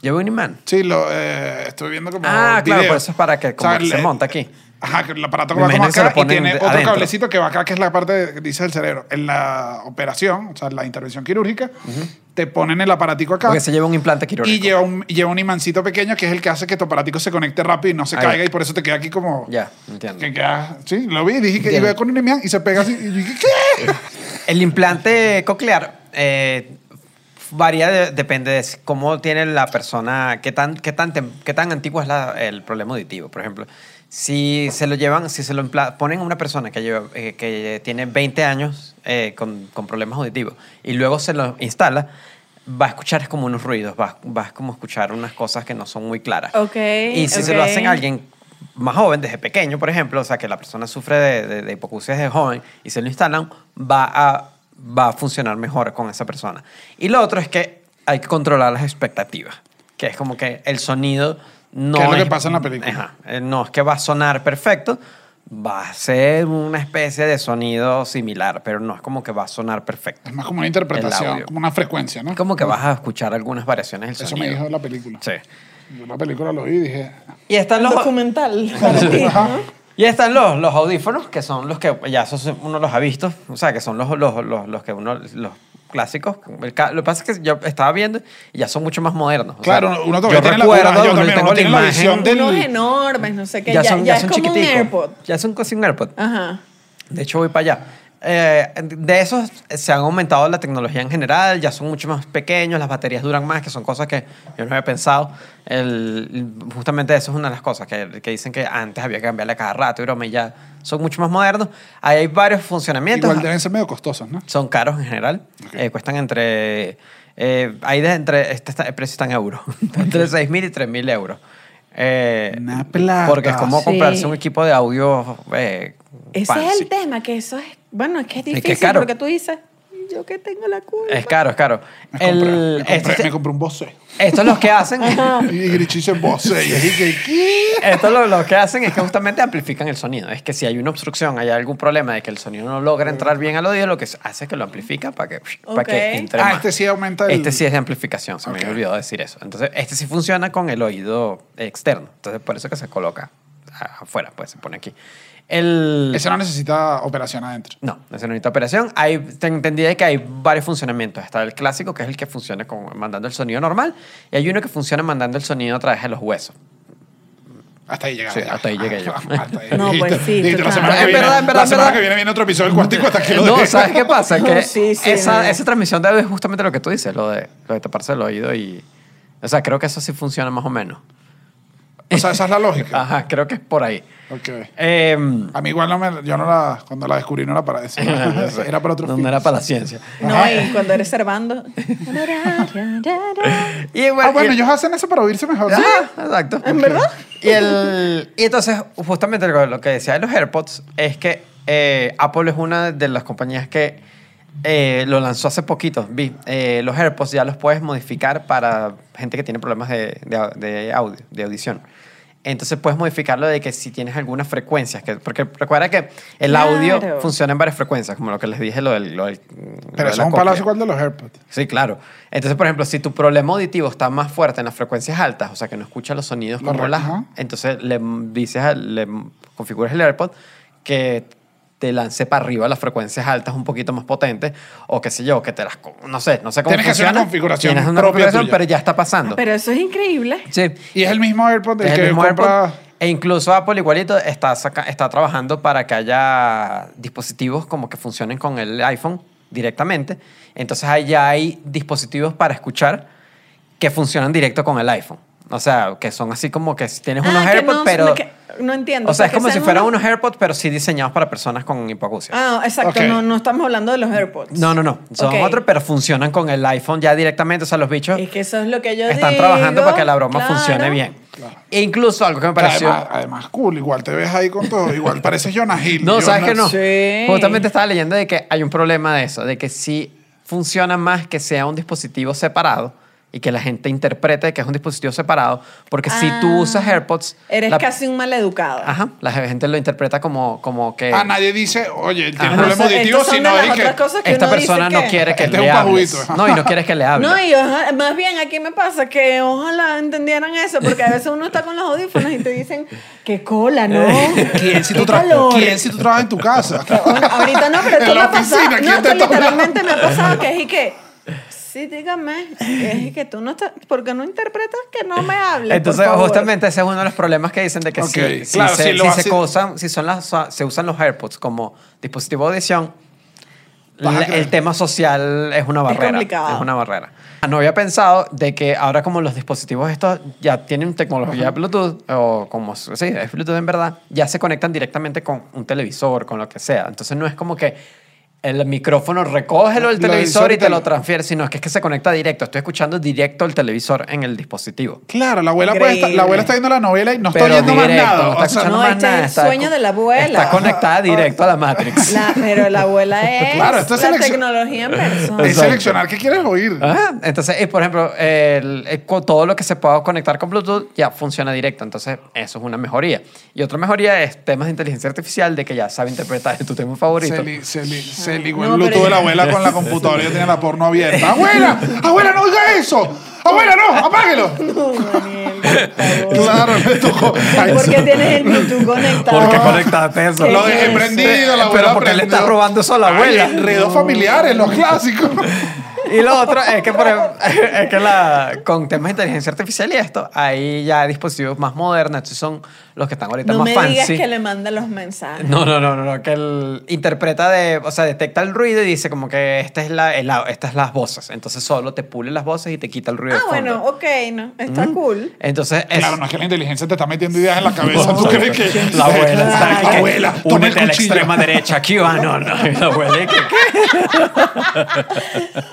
A: lleva un imán.
C: Sí, lo eh, estuve viendo como.
A: Ah, claro,
C: video.
A: por eso es para que como
C: O sea,
A: que se
C: le-
A: monta aquí.
C: Ajá, que el aparato
A: Me
C: va como
A: imagino que se
C: acá
A: lo
C: y tiene
A: ponen
C: otro
A: adentro.
C: cablecito que va acá, que es la parte de- que dice el cerebro. En la operación, o sea, en la intervención quirúrgica, te ponen el aparatico acá.
A: Porque se lleva un implante quirúrgico.
C: Y lleva, un, y lleva un imancito pequeño que es el que hace que tu aparatico se conecte rápido y no se
A: Ahí.
C: caiga y por eso te queda aquí como...
A: Ya, entiendo.
C: Que queda, sí, lo vi, dije que
A: Entiendo.
C: iba con un imán y se pega así. Y yo dije, ¿qué?
A: El implante coclear eh, varía, de- depende de si- cómo tiene la persona, qué tan, qué tan, tem- qué tan antiguo es la- el problema auditivo, por ejemplo. Si se lo llevan, si se lo impla- ponen a una persona que, lleva, eh, que tiene 20 años eh, con, con problemas auditivos y luego se lo instala, va a escuchar como unos ruidos, va, va como a escuchar unas cosas que no son muy claras.
B: Ok,
A: Y si se lo
B: ok.
A: hacen a alguien más joven, desde pequeño, por ejemplo, o sea, que la persona sufre de, de, de hipocucia desde joven y se lo instalan, va a, va a funcionar mejor con esa persona. Y lo otro es que hay que controlar las expectativas, que es como que el sonido no...
C: ¿Qué es lo que pasa en la película?
A: Ajá. Eh, no es que va a sonar perfecto, va a ser una especie de sonido similar, pero no es como que va a sonar perfecto.
C: Es más como una
A: El
C: interpretación,
A: audio.
C: como una frecuencia, ¿no?
A: Es como que vas a escuchar algunas variaciones del
C: Eso
A: sonido.
C: me dijo la película.
A: Sí.
C: Yo la película lo vi y dije...
A: Y están
B: Un
A: los...
B: documental para ti, ¿no?
A: Y están los, los audífonos, que son los que ya esos uno los ha visto, o sea, que son los, los, los, los que uno, los clásicos. El ca- lo que pasa es que yo estaba viendo y ya son mucho más modernos. O sea,
C: Claro, uno todavía
A: yo
C: tiene la-
A: recuerdo,
C: uno- yo
A: uno-
C: también,
A: tengo
C: uno tiene la
A: imagen,
C: visión de- Del-
B: Unos enormes, no sé qué.
A: ya, son, ya,
B: es
A: son
B: como un
A: chiquiticos.
B: AirPod.
A: Ya son casi un AirPod.
B: Ajá.
A: De hecho, voy para allá. Eh, de esos eh, se han aumentado la tecnología en general, ya son mucho más pequeños, las baterías duran más, que son cosas que yo no había pensado. El, justamente eso es una de las cosas que, que dicen que antes había que cambiarle cada rato y broma, y ya son mucho más modernos. Ahí hay varios funcionamientos.
C: Igual deben ser medio costosos, ¿no?
A: Son caros en general. Eh, cuestan entre. eh, hay de entre. Este está- el precio está en euros. entre 6.000 y 3.000 euros. Eh,
C: Una plata.
A: Porque es como
B: Sí.
A: comprarse un equipo de audio. eh,
B: Ese es
A: fancy.
B: el tema, que eso es. Bueno, es que es
A: que es
B: difícil
A: caro.
B: porque tú dices, yo que tengo la culpa.
A: Es caro, es caro.
C: Me
A: El- este
C: compré, me, compré,
A: esto,
C: me compré un Bose.
A: esto es lo que hacen.
C: Y dije, Bose. Y dije, ¿qué?
A: Esto lo, lo que hacen es que justamente amplifican el sonido. Es que si hay una obstrucción, hay algún problema de que el sonido no logra entrar bien al oído, lo que hace es que lo amplifica para que, para que
B: Ok.
A: entre
C: Ah,
A: más.
C: este sí aumenta el-
A: Este sí es de amplificación, se
C: Ok.
A: me olvidó decir eso. Entonces, este sí funciona con el oído externo. Entonces, por eso que se coloca afuera, pues se pone aquí. El...
C: Ese no necesita operación adentro.
A: No, no se necesita operación. Hay, te entendí que hay varios funcionamientos. Está el clásico, que es el que funciona con, mandando el sonido normal, y hay uno que funciona mandando el sonido a través de los huesos.
C: Hasta ahí llegaba.
A: Sí, hasta ahí llegué yo.
C: Hasta ahí.
B: No, pues
C: Listo.
B: sí,
C: Listo,
B: total.
C: la semana, que
A: Es
C: viene,
A: verdad, es verdad,
C: la
A: es
C: semana
A: verdad.
C: que viene viene otro episodio del cuartico hasta que lo
A: No,
C: deje.
A: ¿sabes qué pasa? Que
B: Sí, sí,
A: esa,
B: no.
A: esa transmisión de audio es justamente lo que tú dices, lo de, lo de taparse el oído y... O sea, creo que eso sí funciona más o menos.
C: O sea, esa es la lógica.
A: Ajá, creo que es por ahí.
C: Ok.
A: Em,
C: A mí igual no me, yo no la, cuando la descubrí no era para eso. Era para otro
A: no,
C: fin.
A: no era para la ciencia.
B: No, y cuando eres Servando.
A: Y
C: Ah, bueno,
A: y-
C: ellos hacen eso para oírse mejor.
A: Ah, exacto.
B: ¿En verdad?
A: Y, el, y entonces, justamente lo, lo que decía de los AirPods es que eh, Apple es una de las compañías que eh, lo lanzó hace poquito. Vi, eh, los AirPods ya los puedes modificar para gente que tiene problemas de, de au- de audio, de audición. Entonces puedes modificarlo de que si tienes algunas frecuencias, que, porque recuerda que el audio
B: Claro.
A: funciona en varias frecuencias, como lo que les dije, lo del... lo del- lo de
C: Pero eso
A: la
C: es un
A: cóclea.
C: palazo igual de los AirPods.
A: Sí, claro. Entonces, por ejemplo, si tu problema auditivo está más fuerte en las frecuencias altas, o sea, que no escucha los sonidos como
C: Correcto.
A: las, entonces le m- dices, al- le m- configuras el AirPod que te lance para arriba las frecuencias altas un poquito más potentes o qué sé yo, que te las... co- No sé, no sé cómo
C: Tienes que hacer una
A: funciona.
C: configuración
A: Tienes una
C: propia
A: configuración,
C: tuya.
A: pero ya está pasando.
B: Pero eso es increíble.
A: Sí.
C: Y es el mismo AirPod el
A: Es el
C: que
A: mismo
C: compra.
A: AirPod. E incluso Apple igualito está, saca- está trabajando para que haya dispositivos como que funcionen con el iPhone directamente. Entonces ahí ya hay dispositivos para escuchar que funcionan directo con el iPhone. O sea, que son así como que si tienes unos
B: Ah, que
A: AirPods,
B: no-
A: pero...
B: que- no entiendo.
A: o sea, es
B: pues, que
A: como si
B: sean
A: fueran unos AirPods, pero sí diseñados para personas con hipoacusia.
B: Ah, exacto.
C: Ok.
B: No, no estamos hablando de los AirPods.
A: No, no, no. Son
B: Ok.
A: otros, pero funcionan con el iPhone ya directamente. O sea, los bichos
B: Es que eso es lo que yo
A: están
B: digo,
A: trabajando para que la broma
B: claro.
A: funcione bien. E incluso algo que me pareció...
C: Además, además, cool, igual te ves ahí con todo. Igual pareces Jonah Hill.
A: No,
C: Yo
A: sabes que no.
B: Sí.
A: Justamente estaba leyendo de que hay un problema de eso, de que sí funciona más que sea un dispositivo separado y que la gente interprete que es un dispositivo separado, porque si
B: Ah,
A: tú usas AirPods,
B: Eres
A: la,
B: casi un maleducado.
A: ajá, la gente lo interpreta como, como que
C: A nadie dice, oye, él tiene
A: Ajá.
C: un problema
B: Entonces,
C: auditivo,
B: estas Ah, son
C: sino
B: de
C: es
B: las
C: que.
B: otras Ah, cosas que
A: esta
B: uno
A: persona
B: dice
A: no
B: que-
A: quiere que
C: Este es
A: le
C: un
A: hables.
C: pajuito.
A: No, y no quieres que le hables.
B: No, y oja- más bien aquí me pasa que ojalá entendieran eso, porque a veces uno está con los audífonos y te dicen, qué cola, ¿no?
C: ¿Quién si,
B: Qué
C: tú tra-
B: calor".
C: ¿Quién si tú trabajas en tu casa?
B: Ahorita no, pero
C: En
B: esto me
C: la
B: ha pasado.
C: oficina,
B: No,
C: ¿quién te
B: esto
C: está hablando?
B: literalmente me ha pasado que es y que. Sí, dígame. Es que tú no estás. ¿Por qué no interpretas que no me hables?
A: Entonces,
B: por favor?
A: justamente ese es uno de los problemas que dicen de que si-
C: Ok,
A: si,
C: claro,
A: se,
C: si lo
A: si
C: hace-
A: se usan, si son las, se usan los AirPods como dispositivo de audición,
C: Vas a
A: la-
C: creer.
A: el tema social es una barrera.
B: complicado.
A: una barrera. Ah, No había pensado de que ahora como los dispositivos estos ya tienen tecnología Bluetooth, o como sí, es Bluetooth en verdad, ya se conectan directamente con un televisor, con lo que sea. Entonces no es como que el micrófono recógelo el
C: Lo
A: televisor y te
C: inserte-
A: lo transfiere, sino es que es que se conecta directo. Estoy escuchando directo el televisor en el dispositivo.
C: Claro, la abuela, puede estar-
B: Increíble.
C: la abuela está viendo la novela y no está
A: Pero
C: oyendo más
A: directo,
C: nada.
A: no está
C: o sea,
A: escuchando
B: no,
A: más
B: este es
A: nada,
B: el
A: está
B: sueño
A: co-
B: de la abuela.
A: Está conectada directo a la Matrix.
B: La- pero la abuela es
C: Claro, esto es
B: la
C: selección-
B: tecnología en persona.
C: es
A: Exacto.
C: seleccionar qué quieres oír.
A: Ajá. Entonces, eh, por ejemplo, el- eh, co- todo lo que se pueda conectar con Bluetooth ya funciona directo. Entonces, eso es una mejoría. Y otra mejoría es temas de inteligencia artificial, de que ya sabe interpretar tu tema favorito.
C: Se, li- se, li- se ligó
B: No,
C: el luto
B: pero-
C: de la abuela con la computadora y ya tenía la porno abierta. ¡Abuela! ¡Abuela, no oiga eso! ¡Abuela, no! ¡Apáguelo!
B: No, Daniel, por favor.
C: Claro, le tocó. Ay,
B: ¿Por qué
C: sí.
B: tienes el Bluetooth conectado?
A: conectaste eso?
B: Lo dejé
C: prendido,
A: Pero
C: la abuela
A: porque le
C: prendió.
A: estás robando eso a la
C: Ay,
A: abuela.
C: Enredos familiares, los clásicos.
A: Y lo otro es que, por ejemplo, es que la, con temas de inteligencia artificial y esto, ahí ya hay dispositivos más modernos. Estos son los que están ahorita
B: No
A: más
B: me
A: fancy.
B: digas que le manda los mensajes.
A: No, no, no, no, no, que él interpreta de, o sea, detecta el ruido y dice como que esta es la, el au- estas las voces, entonces solo te pule las voces y te quita el ruido.
B: ah,
A: de fondo.
B: bueno, ok, no, está
A: ¿Mm?
B: cool.
A: Entonces es
C: Claro, no es que la inteligencia te está metiendo ideas en la cabeza. ¿Tú
A: No,
C: crees
A: exacto.
C: que
A: la abuela,
C: Ay,
A: ¿sabes qué?
C: abuela, toma el
A: únete a la
C: cuchillo.
A: extrema derecha aquí va, no, no, la abuela, ¿y qué?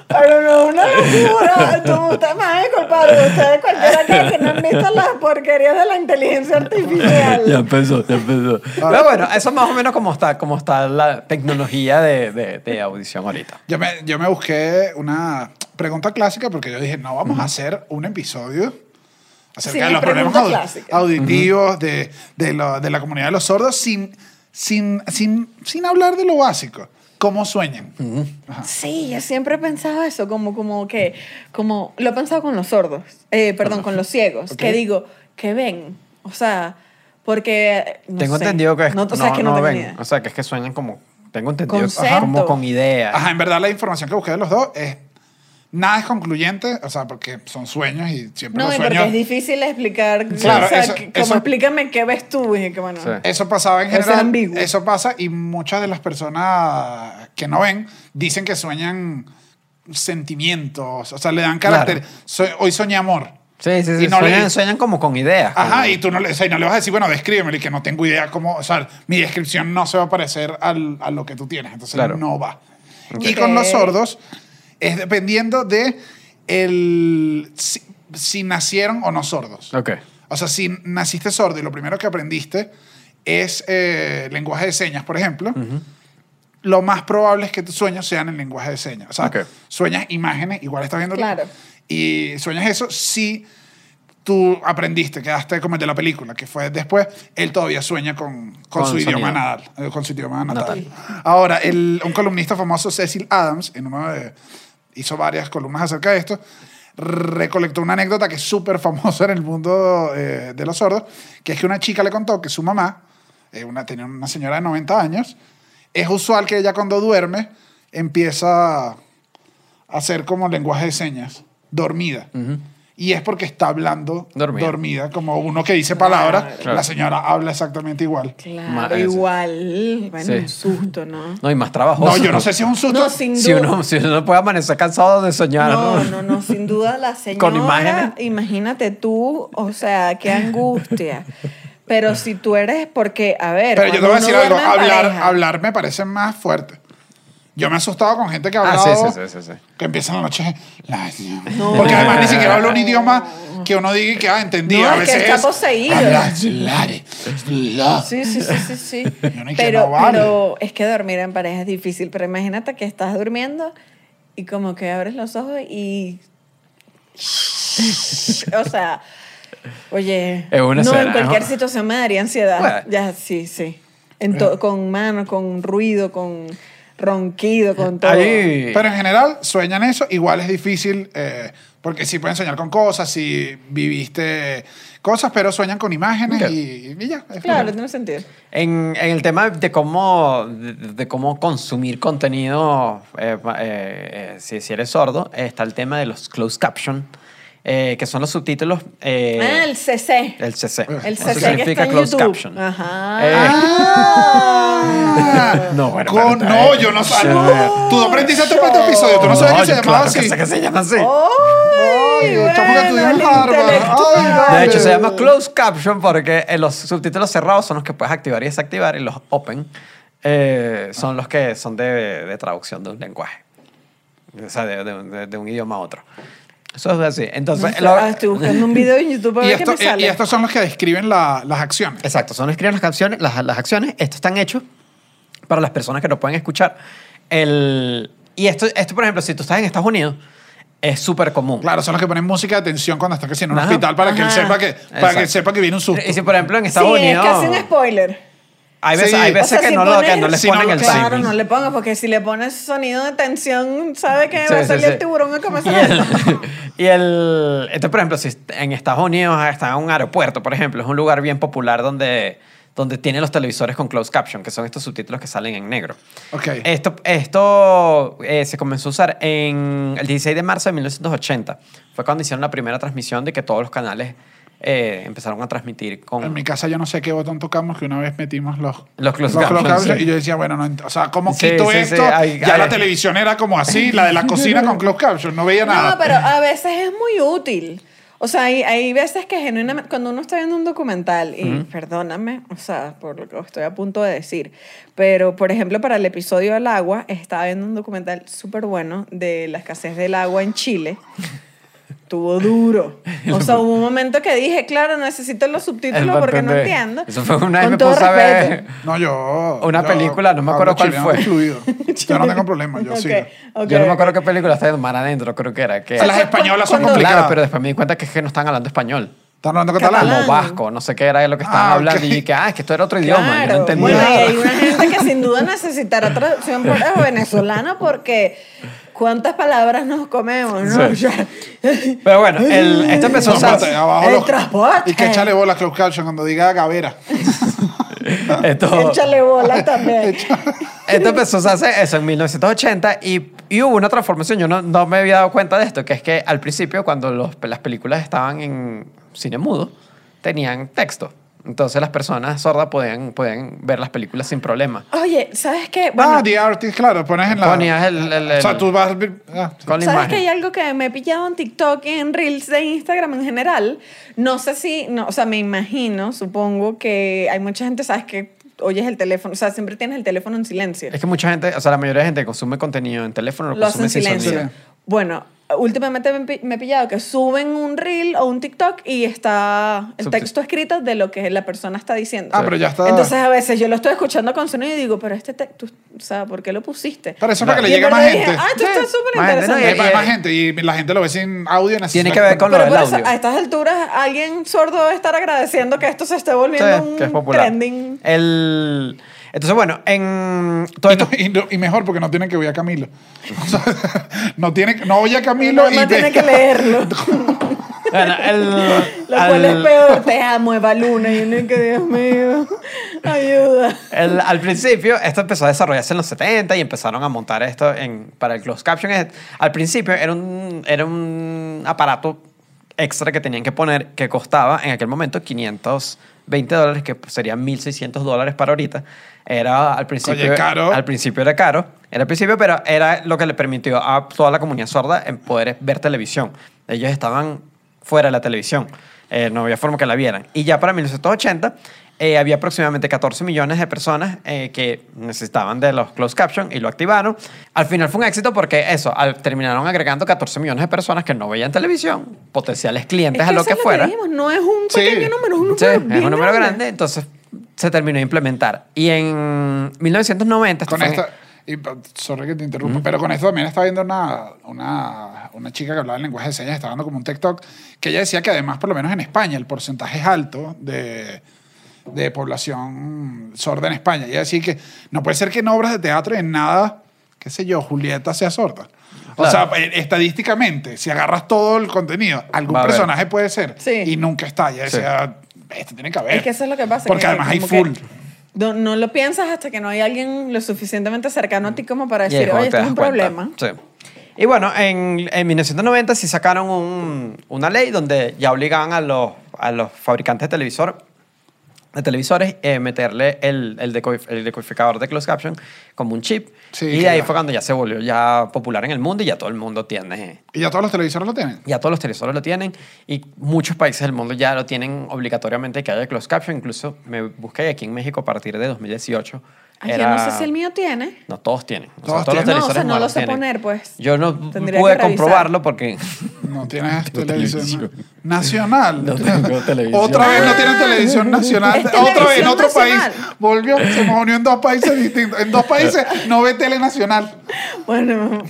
B: Pero no, una locura. Tú, ustedes me van a disculpar, ustedes cualquiera que, que no han visto las porquerías de la inteligencia artificial.
A: empezó, ya empezó. Pero bueno, eso es más o menos como está, como está la tecnología de, de, de audición ahorita.
C: Yo me, yo me busqué una pregunta clásica porque yo dije, no, vamos a hacer un episodio acerca
B: Sin
C: de los
B: las
C: problemas
B: preguntas
C: aud-
B: clásicas.
C: auditivos de, de lo- de la comunidad de los sordos sin, sin, sin, sin hablar de lo básico. ¿Cómo sueñan?
B: Sí, yo siempre he pensado eso, como, como que, como, lo he pensado con los sordos, eh, perdón, con los ciegos,
C: Ok.
B: que digo, que ven, o sea, porque, no
A: tengo
B: sé,
A: entendido que es,
B: no, o sea, que no, tengo ni idea.
A: o sea, que es que sueñan como, tengo entendido,
B: Concepto.
A: como con ideas.
C: Ajá, en verdad la información que busqué de los dos es... Nada es concluyente, o sea, porque son sueños y siempre
B: No, y
C: los
B: porque
C: sueños...
B: es difícil explicar,
C: Claro,
B: o sea,
C: eso-
B: que- como
C: eso-
B: explícame qué ves tú, y que bueno,
A: Sí.
C: Eso pasaba en
B: Eso es
C: general.
B: ambiguo.
C: Eso pasa y muchas de las personas que no ven dicen que sueñan sentimientos, o sea, le dan carácter.
A: Claro.
C: So- hoy soñé amor.
A: Sí, sí,
C: Y
A: sí.
C: no
A: sueñan,
C: leí.
A: sueñan como con ideas. como-
C: Ajá, y tú no le, o sea, y no le vas a decir, bueno, descríbemelo y que no tengo idea cómo, o sea, mi descripción no se va a parecer al- a lo que tú tienes, entonces
A: Claro.
C: no va. Y
B: Ok.
C: con los sordos es dependiendo de el, si- si nacieron o no sordos.
A: Ok.
C: O sea, si naciste sordo y lo primero que aprendiste es eh, lenguaje de señas, por ejemplo, lo más probable es que tus sueños sean en lenguaje de señas. O sea,
A: Ok.
C: sueñas imágenes, igual estás viendo.
B: Claro.
C: Y sueñas eso si tú aprendiste, quedaste como el de la película, que fue después, él todavía sueña con, con
A: Con
C: su
A: sonido.
C: idioma natal. eh, Con su idioma natal. Ahora, el- un columnista famoso, Cecil Adams, en uno de- hizo varias columnas acerca de esto, recolectó una anécdota que es súper famosa en el mundo eh, de los sordos, que es que una chica le contó que su mamá, eh, una, tenía una señora de 90 años, Es usual que ella cuando duerme empieza a hacer como lenguaje de señas, dormida. Y es porque está hablando
A: Dormida. Ah,
C: dormida, como uno que dice palabras,
A: Claro.
C: la señora habla exactamente igual.
B: Claro,
A: Ma- ese.
B: igual. Bueno,
A: Sí.
B: un susto, ¿no?
A: No, y más trabajoso.
C: No, yo no sé si es un susto.
B: No, sin duda.
A: Si uno, si uno puede amanecer cansado de soñar.
B: No, no, no, sin duda la señora.
A: imágenes?
B: Imagínate tú, o sea, qué angustia. Pero si tú eres, porque, a ver.
C: Pero yo te
B: cuando
C: voy a
B: uno
C: decir algo,
B: duerme en
C: hablar,
B: pareja-
C: hablar me parece más fuerte. Yo me he asustado con gente que ha
A: Ah,
C: hablado
A: sí, sí, sí, sí, sí.
C: que empieza en la noche. la- Porque además ni siquiera habla un idioma que uno diga y que ah, entendí.
B: No,
C: a
B: es que
C: veces
B: está
C: es,
B: poseído.
C: "Habla, lare, la".
B: Sí, sí, sí, sí, sí.
C: Yo no, y que
B: pero,
C: no vale.
B: pero es que dormir en pareja es difícil. Pero imagínate que estás durmiendo y como que abres los ojos y... O sea, oye,
A: Es una
B: no,
A: escena,
B: en cualquier
A: ¿no?
B: situación me daría ansiedad.
A: Bueno.
B: Ya, sí, sí. En to- con mano, con ruido, con ronquido, con todo.
A: Ahí-
C: Pero en general, sueñan eso. Igual es difícil, eh, porque sí pueden soñar con cosas, si viviste cosas, pero sueñan con imágenes
A: Ok.
C: y, y ya. es
B: Claro,
C: como-
B: tiene sentido.
A: En, en el tema de cómo, de, de cómo consumir contenido, eh, pa- eh, eh, si, si eres sordo, eh, está el tema de los closed caption, eh, que son los subtítulos. eh,
B: ah, el CC.
A: el CC.
B: El
A: Eso
B: CC que
A: significa
B: está en
A: closed
B: YouTube.
A: caption.
B: Ajá.
A: Eh,
C: Ah.
A: No, bueno,
C: Con-
A: pero-
C: no, yo no sé.
A: No.
C: Tú no aprendiste tu cuarto episodio. Tú no sabes
A: No,
C: que se
A: yo
C: llamaba
A: claro que
C: así.
A: sé que se llama así.
B: Oh, ¡Ay!
C: Ay, chamo que
B: bueno,
C: estudió en
B: el
C: Harvard.
B: intelectual.
C: Ay, no.
A: De hecho,
C: Vale.
A: se llama closed caption porque eh, los subtítulos cerrados son los que puedes activar y desactivar y los open eh, son los que son de, de traducción de un lenguaje. O sea, de, de- de- de un idioma a otro. Eso es así. Entonces, lo-
B: Ah, estoy buscando un video en YouTube para
C: Y,
B: ver
C: esto-
B: qué me
C: y- y
B: sale.
C: estos son los que describen la- las acciones.
A: exacto, son escribir las canciones, las, las acciones. Estos están hechos para las personas que no pueden escuchar. El, y esto, esto, por ejemplo, si tú estás en Estados Unidos, es súper común.
C: Claro, son los que ponen música de atención cuando estás casi en un
A: Ajá.
C: hospital para que él
B: Ajá.
C: sepa que, para que
A: Exacto.
C: él sepa que viene un susto.
A: Y si, por ejemplo, en
B: sí,
A: Estados
B: es
A: Unidos.
B: casi un spoiler.
A: Hay veces,
C: Sí.
A: hay veces
B: O sea,
A: que,
B: si
A: no lo- que
B: pones-
A: no les
C: si no
A: ponen
C: lo-
A: el
B: Claro,
A: timing.
B: no le pongas, porque si le pones sonido de tensión, sabe que
A: Sí,
B: va a
A: sí,
B: salir
A: sí.
B: el tiburón a comerse
A: Y
B: la
A: el, y el- este, por ejemplo, si est- en Estados Unidos está un aeropuerto, por ejemplo, es un lugar bien popular donde, donde tienen los televisores con closed caption, que son estos subtítulos que salen en negro.
C: Ok.
A: Esto, esto eh, se comenzó a usar en el 16 de marzo de 1980. Fue cuando hicieron la primera transmisión de que todos los canales eh, empezaron a transmitir
C: En
A: con...
C: mi casa yo no sé qué botón tocamos que una vez metimos los
A: Los closed captions,
C: cables
A: sí.
C: y yo decía, bueno, no, ent- o sea, ¿cómo
A: Sí,
C: quito
A: sí, sí,
C: esto?
A: hay-
C: ya
A: hay-
C: la televisión era como así, la de la cocina con closed captions, no veía nada.
B: No, pero a veces es muy útil. O sea, hay, hay veces que genuinamente, cuando uno está viendo un documental, y perdóname, o sea, por lo que estoy a punto de decir, pero por ejemplo, para el episodio del agua, estaba viendo un documental súper bueno de la escasez del agua en Chile. Estuvo duro. O sea, hubo un momento que dije, claro, necesito los subtítulos
A: El
B: porque no
A: bastante-
B: entiendo.
A: Eso fue una vez
B: Con
A: me
B: todo
A: puse a ver-
B: respeto.
C: No, yo.
A: Una
C: yo
A: película, no me
C: hablo
A: acuerdo cuál
C: chileno
A: fue.
C: fluido. Yo no tengo problema, yo
B: Ok,
C: sí.
B: ok,
A: Yo no me
B: ok.
A: acuerdo qué película estaba en Mar Adentro, creo que era. Que,
C: O sea, las españolas son
B: Cuando-
C: complicadas.
A: Claro, pero después me di cuenta que es que no están hablando español.
C: ¿Están hablando
B: Catalán.
C: catalán?
A: Como vasco, no sé qué era de lo que estaban
C: Ah,
A: hablando.
C: ok.
A: Y dije, ah, es que esto era otro idioma. Yo no entendí
B: bueno,
A: nada.
B: y hay una gente que sin duda necesitará traducción para venezolana porque cuántas palabras nos comemos, ¿no?
A: Sí.
B: Ya.
A: Pero bueno, el- esto empezó a
C: No, espérate,
A: usar.
C: abajo
B: el
C: los-
B: transporte.
C: Y que echale bola a closed caption cuando diga Gavera.
A: Esto,
B: Échale bola también.
A: esto empezó a hacer eso en 1980 y, y hubo una transformación. Yo no, no me había dado cuenta de esto, que es que al principio, cuando los- las películas estaban en cine mudo, tenían texto. Entonces las personas sordas podían, podían ver las películas sin problema.
B: Oye, ¿sabes qué?
C: ah, The Artist, claro, pones en la.
A: Ponías el- el-
C: o sea,
A: el-
C: tú vas. ah, sí.
A: Con la
B: ¿Sabes
A: imagen.
B: que hay algo que me he pillado en TikTok y en Reels de Instagram en general? No sé si, no, o sea, me imagino, supongo que hay mucha gente, ¿sabes que Oyes el teléfono, o sea, siempre tienes el teléfono en silencio.
A: Es que mucha gente, o sea, la mayoría de gente que consume contenido en teléfono, lo,
B: lo hacen
A: consume
B: en
A: sin
B: silencio.
A: sonido.
B: Bueno, últimamente me, he pi- me he pillado que suben un reel o un TikTok y está el
A: Subtit-
B: texto escrito de lo que la persona está diciendo.
C: Ah, pero ya está.
B: Entonces a veces yo lo estoy escuchando con sonido y digo, pero este texto, o sea, ¿por qué lo pusiste?
C: Para eso, para que
B: Y en
C: le llegue a más
B: verdad
C: gente.
B: Dije, ah, esto está
A: Sí,
B: súper
A: más gente, ¿no?
B: interesante.
A: Y-
C: Para
A: eh,
C: más gente y la gente lo ve sin audio. necesita-
A: Tiene que ver con lo
B: Pero
A: del
B: por eso,
A: audio.
B: a estas alturas alguien sordo debe estar agradeciendo que esto se esté volviendo
A: Sí,
B: un
A: que es popular.
B: trending.
A: El... Entonces, bueno, en... todo
C: Y,
A: esto-
C: no- y no- y mejor porque no tienen que oír a Camilo. O sea, no, tiene, no oye a Camilo
B: No,
C: y
B: no
C: te-
B: tiene que leerlo.
A: Bueno, el-
B: Lo
A: al-
B: cual es peor. Te amo, Eva Luna. Y uno que, Dios mío. Ayuda.
A: El- al principio, esto empezó a desarrollarse en los 70 y empezaron a montar esto en, para el closed caption. Es- Al principio era un, era un aparato extra que tenían que poner que costaba en aquel momento 520 dólares, que serían 1.600 dólares para ahorita. Era al principio...
C: caro.
A: Al principio era caro. Era al principio, pero era lo que le permitió a toda la comunidad sorda en poder ver televisión. Ellos estaban fuera de la televisión. Eh, no había forma que la vieran. Y ya para 1980 eh, había aproximadamente 14 millones de personas eh, que necesitaban de los closed caption y lo activaron. Al final fue un éxito porque eso, al- terminaron agregando 14 millones de personas que no veían televisión, potenciales clientes
B: Es
A: a lo
B: eso
A: que
B: es
A: fuera.
B: dijimos, no es un
C: Sí.
B: pequeño número, es un número
A: Sí, es un
B: bien
A: número grande. entonces se terminó de implementar. Y en 1990... esto
C: Con
A: fue en-
C: esto, y, pa- sorry que te interrumpa, pero con esto también estaba viendo una, una, una chica que hablaba en lenguaje de señas, estaba dando como un TikTok, que ella decía que además, por lo menos en España, el porcentaje es alto de, de población sorda en España. Ella decía que no puede ser que en obras de teatro en nada, qué sé yo, Julieta sea sorda. O
A: Claro.
C: sea, eh, estadísticamente, si agarras todo el contenido, algún
A: Va a haber.
C: personaje puede ser
B: Sí.
C: y nunca está. Ella
A: Sí.
C: decía, este tiene que haber.
B: Es que eso es lo que pasa.
C: Porque
B: que
C: además hay
B: como que
C: full.
B: No, no lo piensas hasta que no hay alguien lo suficientemente cercano a ti como para
A: Y ahí
B: decir,
A: como
B: oye,
A: que te
B: esto es un
A: das cuenta.
B: problema.
A: Sí. Y bueno, en, en 1990 sí sacaron un- una ley donde ya obligaban a los, a los fabricantes de televisor de televisores eh, meterle el, el, decodif- el decodificador de closed caption como un chip.
C: Sí,
A: y de ahí
C: claro.
A: fue cuando ya se volvió ya popular en el mundo y ya todo el mundo tiene,
C: Y ya todos los televisores lo tienen.
A: ya todos los televisores lo tienen y muchos países del mundo ya lo tienen obligatoriamente que haya closed caption. Incluso me busqué y aquí en México a partir de 2018.
B: Ay,
A: era-
B: yo no sé si el mío tiene.
A: no, todos tienen. O sea,
C: Todos
A: todos los
C: tienen.
B: No, o sea,
A: televisores
B: no lo
A: modernos
B: sé
A: tienen.
B: poner, pues.
A: Yo no
B: Tendría
A: pude
B: que revisar.
A: comprobarlo porque...
C: No tienes televisión,
A: televisión.
C: nacional.
A: No tengo televisión.
C: Otra vez no tienes
B: Ah.
C: televisión nacional.
B: Es
C: Otra vez en
B: televisión
C: otro
B: nacional.
C: país. Volvió, se unió en dos países distintos. En dos países no ve tele nacional.
B: Bueno,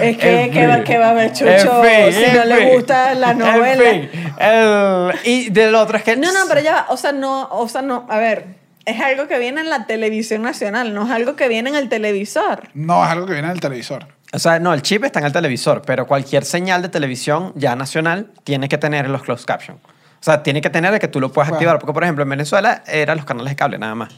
B: es
A: En
B: que, que, va,
A: fin.
B: que va a ver Chucho
A: En fin,
B: si
A: en
B: no le
A: fin.
B: gusta la
A: En
B: novela.
A: fin, el- y del otro es que...
B: No, no, pero ya va. O sea, no, o sea, no. A ver, es algo que viene en la televisión nacional, no es algo que viene en el televisor.
C: No, es algo que viene del televisor.
A: O sea, no, el chip está en el televisor, pero cualquier señal de televisión ya nacional tiene que tener los closed caption. O sea, tiene que tener el que tú lo puedas
C: Claro.
A: activar. Porque, por ejemplo, en Venezuela eran los canales de cable nada más.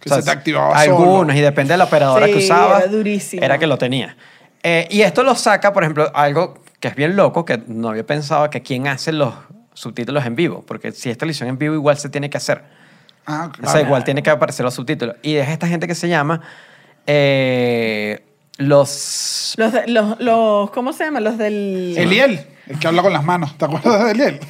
C: Que se te activaba solo.
A: Algunos, y depende de la operadora que
B: Sí,
A: usaba.
B: era durísimo.
A: Era que lo tenía. Eh, y esto lo saca, por ejemplo, algo que es bien loco, que no había pensado que quién hace los subtítulos en vivo. Porque si es televisión en vivo, igual se tiene que hacer.
C: Ah,
A: O sea,
C: claro.
A: igual tiene que aparecer los subtítulos. Y es esta gente que se llama eh, los...
B: Los, de- los, los, ¿cómo se llama? Los del.
C: Eliel, el que habla con las manos. ¿Te acuerdas de Eliel?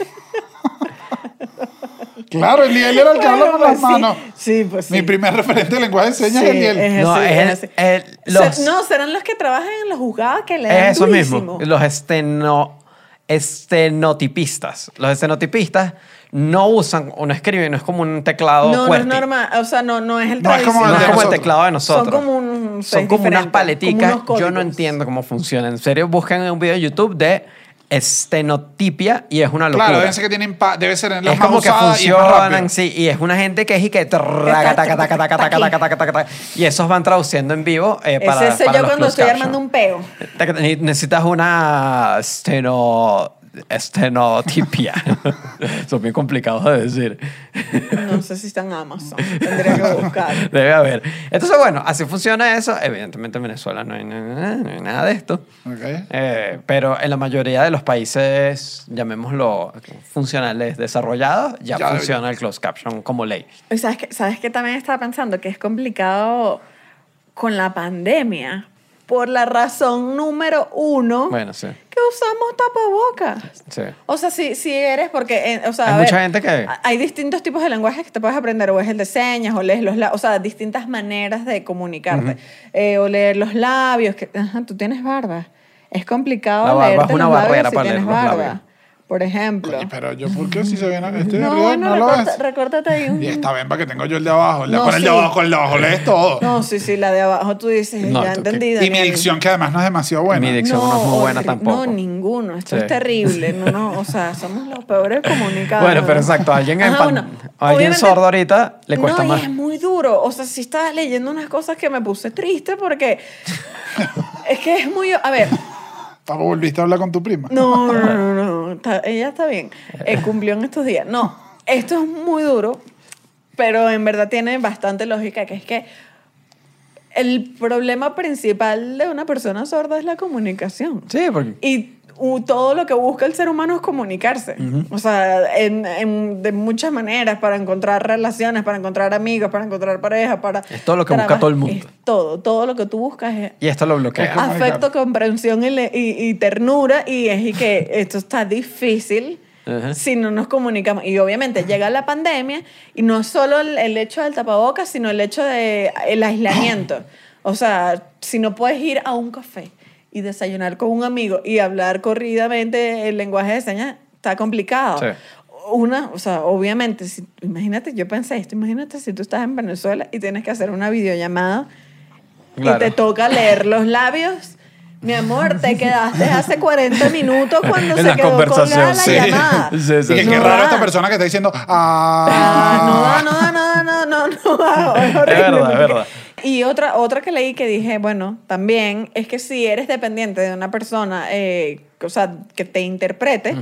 C: claro, Eliel era el que habla
B: Bueno,
C: con las
B: pues sí.
C: manos.
B: Sí, pues sí.
C: Mi primer referente de lenguaje de señas
B: Sí,
C: es Eliel.
B: es
A: No,
B: así,
A: es
B: así.
A: el- el-
B: Se-
A: los-
B: no, serán los que trabajan en los juzgados que le dan
A: Es eso mismo.
B: durísimo.
A: Los esteno, estenotipistas. Los estenotipistas no usan, no escriben, no es como un teclado
B: No, no es
A: QWERTY.
B: normal. O sea, no, no es el
C: No, es como
A: No
C: el
A: es
C: de
A: como el
C: nosotros.
A: teclado de nosotros.
B: Son como un-
A: Son
B: es
A: como unas
B: diferente,
A: paleticas.
B: como unos
A: Yo no
B: códigos.
A: entiendo cómo funcionan. En serio, buscan un video de YouTube de estenotipia y es una locura.
C: Claro, debe ser que tienen pa- debe ser en las
A: es como
C: manos
A: que
C: usadas y es más rápido.
A: funcionan, sí, y es una gente que es y que traga, taca, taca, taca, taca, taca, taca, taca, taca. y esos van traduciendo en vivo eh, para,
B: Ese soy
A: para
B: yo
A: los
B: cuando
A: closed
B: estoy
A: caption.
B: armando un peo.
A: Taca, ne- Necesitas una esteno, estenotipia. Son bien complicados de decir.
B: No sé si está en Amazon. Tendría que buscar.
A: Debe haber. Entonces, bueno, así funciona eso. Evidentemente en Venezuela no hay, na- no hay nada de esto.
C: Ok.
A: Eh, pero en la mayoría de los países, llamémoslo funcionales desarrollados, ya,
C: Ya-
A: funciona el closed caption como ley.
B: Y ¿Sabes qué, ¿Sabes qué también estaba pensando? Que es complicado con la pandemia por la razón número uno
A: Bueno, sí.
B: que usamos tapabocas.
A: sí.
B: O sea, si, si eres, porque, eh, o sea,
A: Hay
B: a
A: mucha gente que-
B: a- Hay distintos tipos de lenguajes que te puedes aprender, o es el de señas, o lees los labios, o sea, distintas maneras de comunicarte, Eh, o leer los labios, que, ajá, tú tienes barba. Es complicado
A: La barba
B: leerte
A: es una
B: los labios
A: barrera
B: si
A: para
B: tienes
A: leer los
B: barba,
A: labios.
B: por ejemplo.
C: Coño, pero yo, ¿por qué si se ven este de
B: no,
C: arriba
B: bueno,
C: no lo
B: recorta-
C: ves?
B: recórtate ahí un...
C: Y esta bemba que tengo yo el de abajo, el de,
B: No,
C: con el de
B: sí.
C: abajo, el de abajo, lees todo.
B: No, sí, sí, la de abajo tú dices,
A: No,
B: ya
A: tú qué-
B: entendí.
C: y mi
B: Daniel.
C: dicción, que además no es demasiado buena.
A: Mi dicción no es muy buena
B: horri-
A: tampoco.
B: No, ninguno. Esto
A: Sí.
B: es terrible. No, no, o sea, somos los peores comunicadores.
A: Bueno, pero exacto, alguien, en
B: Ajá,
A: pan-
B: Ah, bueno,
A: alguien
B: obviamente-
A: sordo ahorita le cuesta
B: no,
A: más.
B: y es muy duro. O sea, si estaba leyendo unas cosas que me puse triste porque es que es muy... A ver,
C: Papo, volviste a hablar con tu prima.
B: no, no, no, no, no, está- ella está bien. Eh, cumplió en estos días. No, esto es muy duro Pero en verdad tiene bastante lógica, que es que el problema principal de una persona sorda es la comunicación.
A: Sí, porque...
B: Y u- todo lo que busca el ser humano es comunicarse. O sea, en- en- de muchas maneras, para encontrar relaciones, para encontrar amigos, para encontrar pareja, para...
A: Es todo lo que
B: para
A: busca
B: más-
A: todo el mundo.
B: es todo, todo lo que tú buscas es
A: Y esto lo bloquea.
C: Ah. comunicar.
B: afecto, comprensión y, le- y- y ternura y es y que esto está difícil
A: Ajá.
B: si no nos comunicamos. Y obviamente llega la pandemia y no solo el, el hecho del tapabocas, sino el hecho del aislamiento. O sea, si no puedes ir a un café y desayunar con un amigo y hablar corridamente el lenguaje de señas, está complicado.
A: Sí.
B: Una, o sea, obviamente, si- imagínate, yo pensé esto, imagínate si tú estás en Venezuela y tienes que hacer una videollamada
A: Claro.
B: y te toca leer los labios. Mi amor, te quedaste hace 40 minutos cuando
A: En
B: se
A: la
B: quedó colgada la
A: conversación, sí.
B: llamada.
A: Sí, sí,
C: Y que
A: sí.
C: qué
B: No
C: raro
B: da.
C: esta persona que está diciendo,
B: Ah,
C: ah,
B: no da, no da, no da, no, no, da.
A: Es
B: Es
A: verdad,
B: horrible.
A: es verdad.
B: Y otra, otra que leí que dije, bueno, también es que si eres dependiente de una persona, eh, o sea, que te interprete,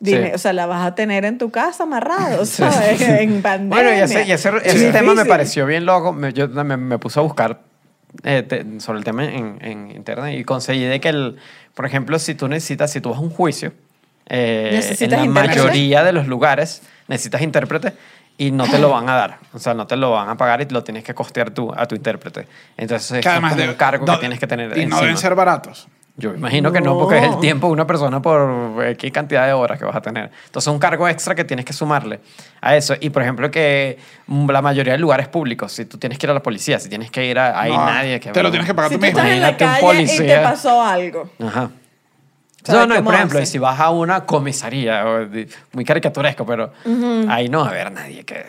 B: dime,
A: Sí.
B: o sea, la vas a tener en tu casa amarrado, ¿sabes? En pandemia.
A: Bueno, y ese, y ese- ese
B: Difícil.
A: tema me pareció bien loco. Me, yo me, me puse a buscar eh, te- sobre el tema en, en internet y conseguí de que, el, por ejemplo, si tú necesitas, si tú vas a un juicio, eh, en
B: ¿Necesitas
A: la
B: intérprete?
A: mayoría de los lugares necesitas intérprete y no te lo van a dar. O sea, no te lo van a pagar y lo tienes que costear tú a tu intérprete. Entonces,
C: que
A: es como
C: debe-
A: un cargo
C: no-
A: que tienes que tener
C: Y no
A: encima.
C: deben ser baratos.
A: Yo me imagino que no, porque es el
B: No.
A: tiempo de una persona por X cantidad de horas que vas a tener. Entonces, un cargo extra que tienes que sumarle a eso. Y, por ejemplo, que mm, la mayoría de lugares públicos, si tú tienes que ir a la policía, si tienes que ir a... Hay
C: No,
A: nadie que...
C: te lo tienes que pagar
B: Si
C: tú
B: tú
C: mismo.
B: estás en la
A: Imagínate un
B: calle y te
A: policía.
B: pasó algo.
A: Ajá.
B: ¿Sabes
A: No, no, y
B: cómo
A: por ejemplo, y
B: hace?
A: si vas a una comisaría, o de- muy caricaturesco, pero ahí no va a haber nadie que,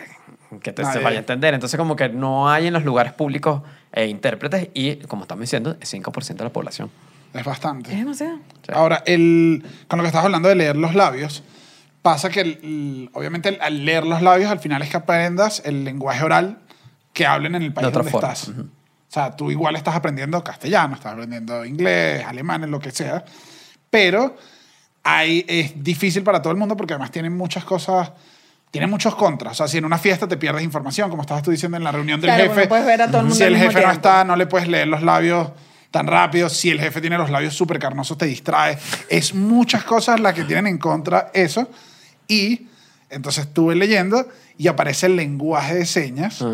A: que te se
C: Nadie.
A: vaya a entender. Entonces, como que no hay en los lugares públicos eh, intérpretes y, como estamos diciendo, es 5% de la población.
C: Es
B: Es
C: bastante.
B: demasiado.
A: Sí.
C: Ahora, el, con lo que estás hablando de leer los labios, pasa que el- el- obviamente el- al leer los labios al final es que aprendas el lenguaje oral que hablen en el país
A: otra
C: donde
A: forma,
C: estás. O sea, tú igual estás aprendiendo castellano, estás aprendiendo inglés, alemán, lo que sea, pero hay, es difícil para todo el mundo porque además tienen muchas cosas, tienen muchos contras. O sea, si en una fiesta te pierdes información, como estabas tú diciendo en la reunión del
B: Claro,
C: jefe,
B: porque no puedes ver a todo el mundo
C: si
B: al
C: el
B: mismo
C: jefe no
B: tiempo.
C: está, no le puedes leer los labios tan rápido, si el jefe tiene los labios súper carnosos, te distrae. Es muchas cosas las que tienen en contra eso. Y entonces estuve leyendo y aparece el lenguaje de señas,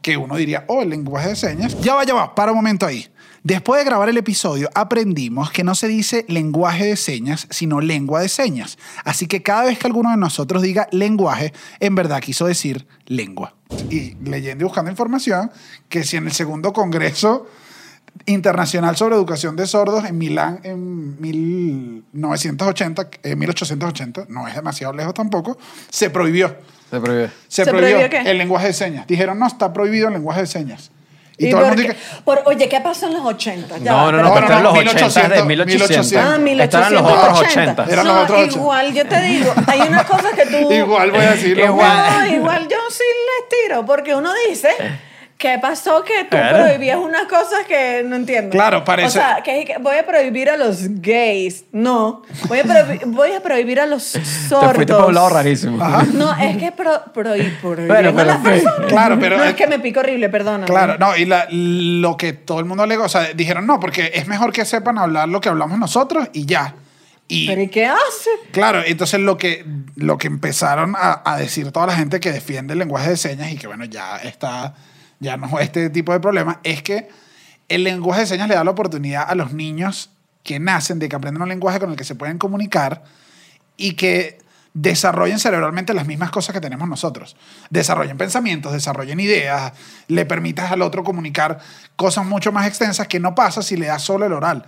C: que uno diría, oh, el lenguaje de señas. Ya va, ya va, para un momento ahí. Después de grabar el episodio, aprendimos que no se dice lenguaje de señas, sino lengua de señas. Así que cada vez que alguno de nosotros diga lenguaje, en verdad quiso decir lengua. Y leyendo y buscando información, que si en el segundo congreso Internacional sobre Educación de Sordos en Milán en 1980, eh, 1880, no es demasiado lejos tampoco, se prohibió.
A: Se prohíbe.
C: Se,
B: ¿Se
C: prohibió,
B: prohibió qué?
C: el lenguaje de señas. Dijeron, no, está prohibido el lenguaje de señas. Y,
B: Y
C: todo el mundo
B: porque-
C: dice,
B: por- oye, ¿qué pasó en los 80? Ya
A: No, no,
B: va,
A: no,
B: espérate.
A: pero eran los 80 de
C: 1800,
A: 1800.
B: Ah,
A: Estaban los otros
B: 1880.
A: 80.
C: Eran los
B: No,
C: otros 80.
B: Igual, yo te digo, hay unas cosas que tú...
C: igual voy a decirlo.
B: No, igual yo sí les tiro, porque uno dice... ¿Qué pasó que tú
A: Claro.
B: prohibías unas cosas que no entiendo?
C: Claro, parece-
B: O sea, que que voy a prohibir a los gays. No, voy a, prohi- voy a prohibir a los sordos.
A: Te fuiste para un lado rarísimo.
C: Ajá.
B: No, es que pro, prohi- prohibimos
A: Bueno,
B: a
A: pero-
B: las personas.
C: Claro, pero-
B: No, es que me pico horrible, perdona.
C: Claro, no, y la- lo que todo el mundo alegó, o sea, dijeron, no, porque es mejor que sepan hablar lo que hablamos nosotros y ya. Y,
B: ¿Pero y qué hace?
C: Claro, entonces lo que, lo que empezaron a, a decir toda la gente que defiende el lenguaje de señas y que bueno, ya está, ya no este tipo de problema, es que el lenguaje de señas le da la oportunidad a los niños que nacen de que aprendan un lenguaje con el que se pueden comunicar y que desarrollen cerebralmente las mismas cosas que tenemos nosotros. Desarrollen pensamientos, desarrollen ideas, le permitas al otro comunicar cosas mucho más extensas que no pasa si le das solo el oral.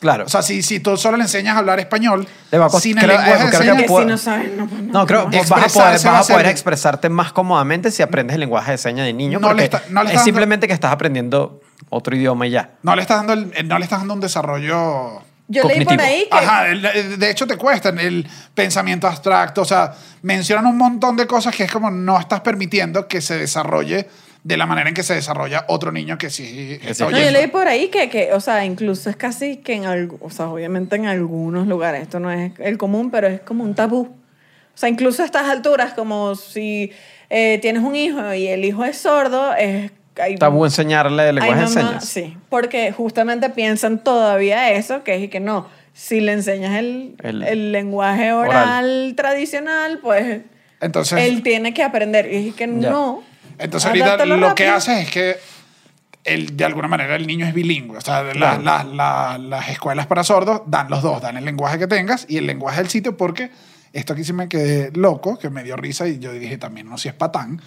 A: Claro.
C: O sea, si, si tú solo le enseñas a hablar español,
A: Le va a cost-
C: sin el
A: creo- eh,
C: lenguaje de
A: creo que
B: Que
C: señas,
A: puedo-
B: si no sabes, no, pues
A: no, creo que vas a
C: Expresarse
A: poder, vas
C: va a
A: a poder
C: ser-
A: expresarte más cómodamente si aprendes el lenguaje de señas de niño.
C: No le
A: porque
C: está- no le está
A: es
C: dando-
A: simplemente que estás aprendiendo otro idioma y ya.
C: no, le estás dando el- eh, no le estás dando un desarrollo...
B: Yo leí por
A: Cognitivo.
B: ahí que
C: Ajá, el- eh, de hecho te cuestan el pensamiento abstracto, o sea, mencionan un montón de cosas que es como no estás permitiendo que se desarrolle de la manera en que se desarrolla otro niño que sí
A: Que sí.
C: está
B: No, yo
C: oyendo.
B: leí por ahí que, que, o sea, incluso es casi que en algo, o sea, obviamente en algunos lugares, esto no es el común, pero es como un tabú. O sea, incluso a estas alturas, como si eh, tienes un hijo y el hijo es sordo, es... hay-
A: Tabú enseñarle el lenguaje
B: Ay,
A: de
B: mamá,
A: señas.
B: Sí, porque justamente piensan todavía eso, que es y que no. Si le enseñas el,
A: El-
B: el, lenguaje oral, tradicional, pues
C: Entonces,
B: él tiene que aprender. Y es que
A: Ya.
B: no.
C: entonces ahorita
B: Adáptalo
C: lo que
B: rápido.
C: hace es que el, de alguna manera el niño es bilingüe. O sea, la-
A: Claro.
C: la- la- las escuelas para sordos dan los dos, dan el lenguaje que tengas y el lenguaje del sitio porque esto aquí sí me quedé loco, que me dio risa y yo dije también, no si es patán.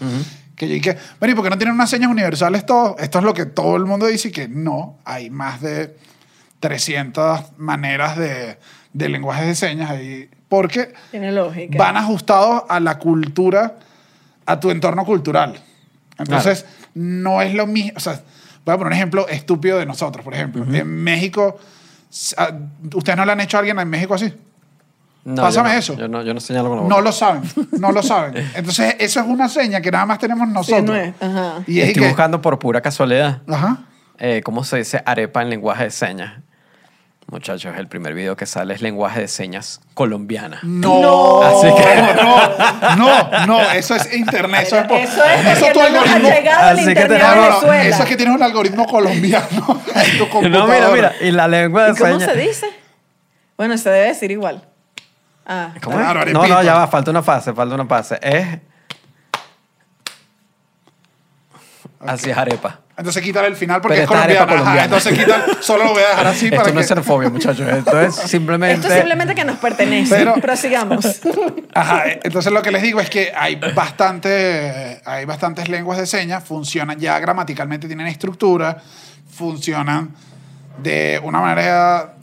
C: Que yo dije, bueno, ¿y por qué no tienen unas señas universales todos? Esto es lo que todo el mundo dice y que no, hay más de 300 maneras de, de lenguajes de señas ahí. Porque
B: Tiene lógica.
C: van ajustados a la cultura, a tu entorno cultural. Entonces, no es lo mismo. O sea, voy a poner un ejemplo estúpido de nosotros, por ejemplo. En México, s- ah, ¿ustedes no le han hecho a alguien en México así?
A: No,
C: Pásame
A: yo no,
C: eso.
A: Yo no, yo no señalo con la boca.
C: No lo saben, no lo saben. Entonces, eso es una seña que nada más tenemos
B: Sí,
C: nosotros.
B: no es. Ajá.
C: Y es
A: Estoy
C: que-
A: buscando por pura casualidad
C: Ajá.
A: eh, cómo se dice arepa en lenguaje de señas. Muchachos, el primer video que sale es lenguaje de señas colombiana.
C: No,
B: No.
A: Así que-
C: no, no, no, eso es internet, eso es, por-
B: Eso es
C: eso
B: porque
C: tu
B: no nos ha
C: algoritmo-
B: llegado el
A: Así que
B: internet
A: te-
B: a
C: No, no, no,
B: Venezuela.
C: eso es que tienes un algoritmo colombiano en tu
A: No,
C: computadora.
A: mira, mira. Y la lengua de
B: ¿Y cómo
A: señas.
B: se dice? Bueno, se debe decir igual. Ah.
A: ¿Cómo
C: Claro,
A: es? No,
C: arepita.
A: no, ya va, falta una fase, falta una fase. Es. Así es arepa.
C: Entonces quítale el final porque
A: Pero
C: es
A: esta área
C: colombiana.
A: es para
C: Ajá,
A: colombiana.
C: entonces quítale, solo lo voy a dejar así
A: Esto
C: para
A: no
C: que...
A: es xenofobia, muchachos. Esto es simplemente.
B: Esto es simplemente que nos pertenece.
C: Pero-
B: Prosigamos.
C: Ajá, eh, entonces lo que les digo es que hay bastante, hay bastantes lenguas de señas, funcionan ya gramaticalmente, tienen estructura, funcionan de una manera,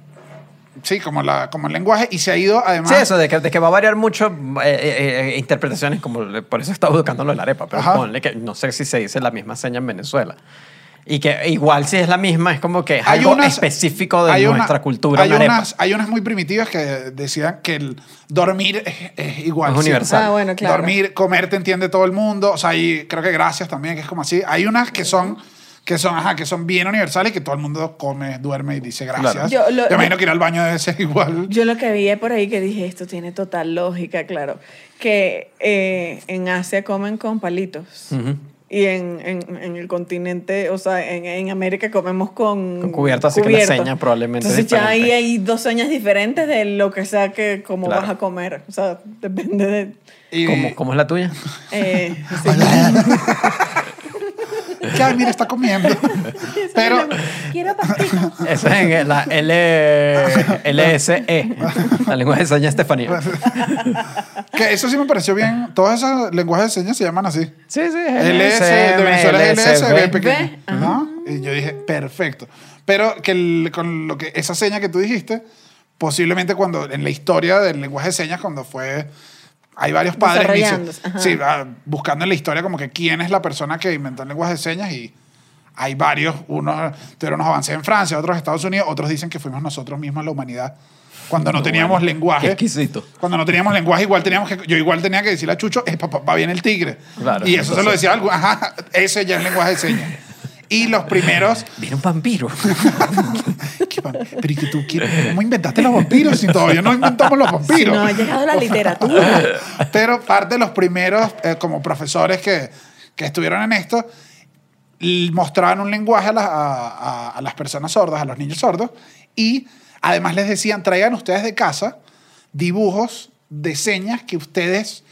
C: sí, como, la, como el lenguaje y se ha ido además...
A: Sí, eso, de que, de que va a variar mucho eh, eh, eh, interpretaciones, como le- por eso estaba buscando lo de la arepa, pero
C: Ajá.
A: ponle que no sé si se dice la misma seña en Venezuela. Y que igual si es la misma, es como que es algo específico de
C: hay una-
A: nuestra cultura.
C: Hay
A: una arepa.
C: unas, hay unas muy primitivas que decían que el dormir es, es igual.
A: Es
C: sí.
A: universal.
B: Ah, bueno, claro.
C: Dormir, comer te entiende todo el mundo. O sea, hay, creo que gracias también, que es como así. Hay unas que son que son, ajá, que son bien universales y que todo el mundo come, duerme y dice gracias.
A: Claro.
B: Yo lo-
C: Yo imagino que ir al baño debe ser igual.
B: Yo lo que vi por ahí que dije, esto tiene total lógica, claro, que eh, en Asia comen con palitos.
A: Ujú.
B: Y en, en- en el continente, o sea, en, en América comemos con,
A: Con cubierto, así que la seña probablemente es
B: Entonces ya ahí
A: diferente.
B: hay dos señas diferentes de lo que sea que cómo
A: Claro.
B: vas a comer. O sea, depende de...
C: Y-
A: ¿Cómo, cómo es la tuya?
B: eh, sí.
C: Que, ay, mira, está comiendo. Pero,
B: Quiero pastitos.
A: Eso es en la L- LSE, la lengua de señas Estefanía.
C: que eso sí me pareció bien. Todos esos lenguajes de señas se llaman así.
A: Sí, sí,
C: LS, de Venezuela es LS,
A: LSB.
C: ve pequeño.
B: Ve,
C: Ajá. Y yo dije, perfecto. Pero que el- con lo que esa seña que tú dijiste, posiblemente cuando en la historia del lenguaje de señas, cuando fue. Hay varios padres dicen-
B: Desarrollándose, ajá.
C: sí, ah, buscando en la historia como que quién es la persona que inventó el lenguaje de señas y hay varios, unos tuvieron unos avances en Francia, otros en Estados Unidos, otros dicen que fuimos nosotros mismos la humanidad cuando no, teníamos
A: Qué
C: lenguaje.
A: exquisito.
C: Cuando no teníamos lenguaje, igual teníamos que, yo igual tenía que decirle a Chucho, eh, papá, va bien el tigre.
A: Claro,
C: y eso se
A: entonces-
C: lo decía algo, ajá, ese ya es lenguaje de señas. Y los primeros,
A: Viene un vampiro.
C: ¿qué pan- pero ¿y que tú quieres? ¿Cómo inventaste los vampiros si todavía no inventamos los
B: Si
C: vampiros?
B: no ha llegado la literatura.
C: Pero parte de los primeros eh, como profesores que, que estuvieron en esto l- mostraban un lenguaje a, las- a- a- a las personas sordas, a los niños sordos, y además les decían, traigan ustedes de casa dibujos de señas que ustedes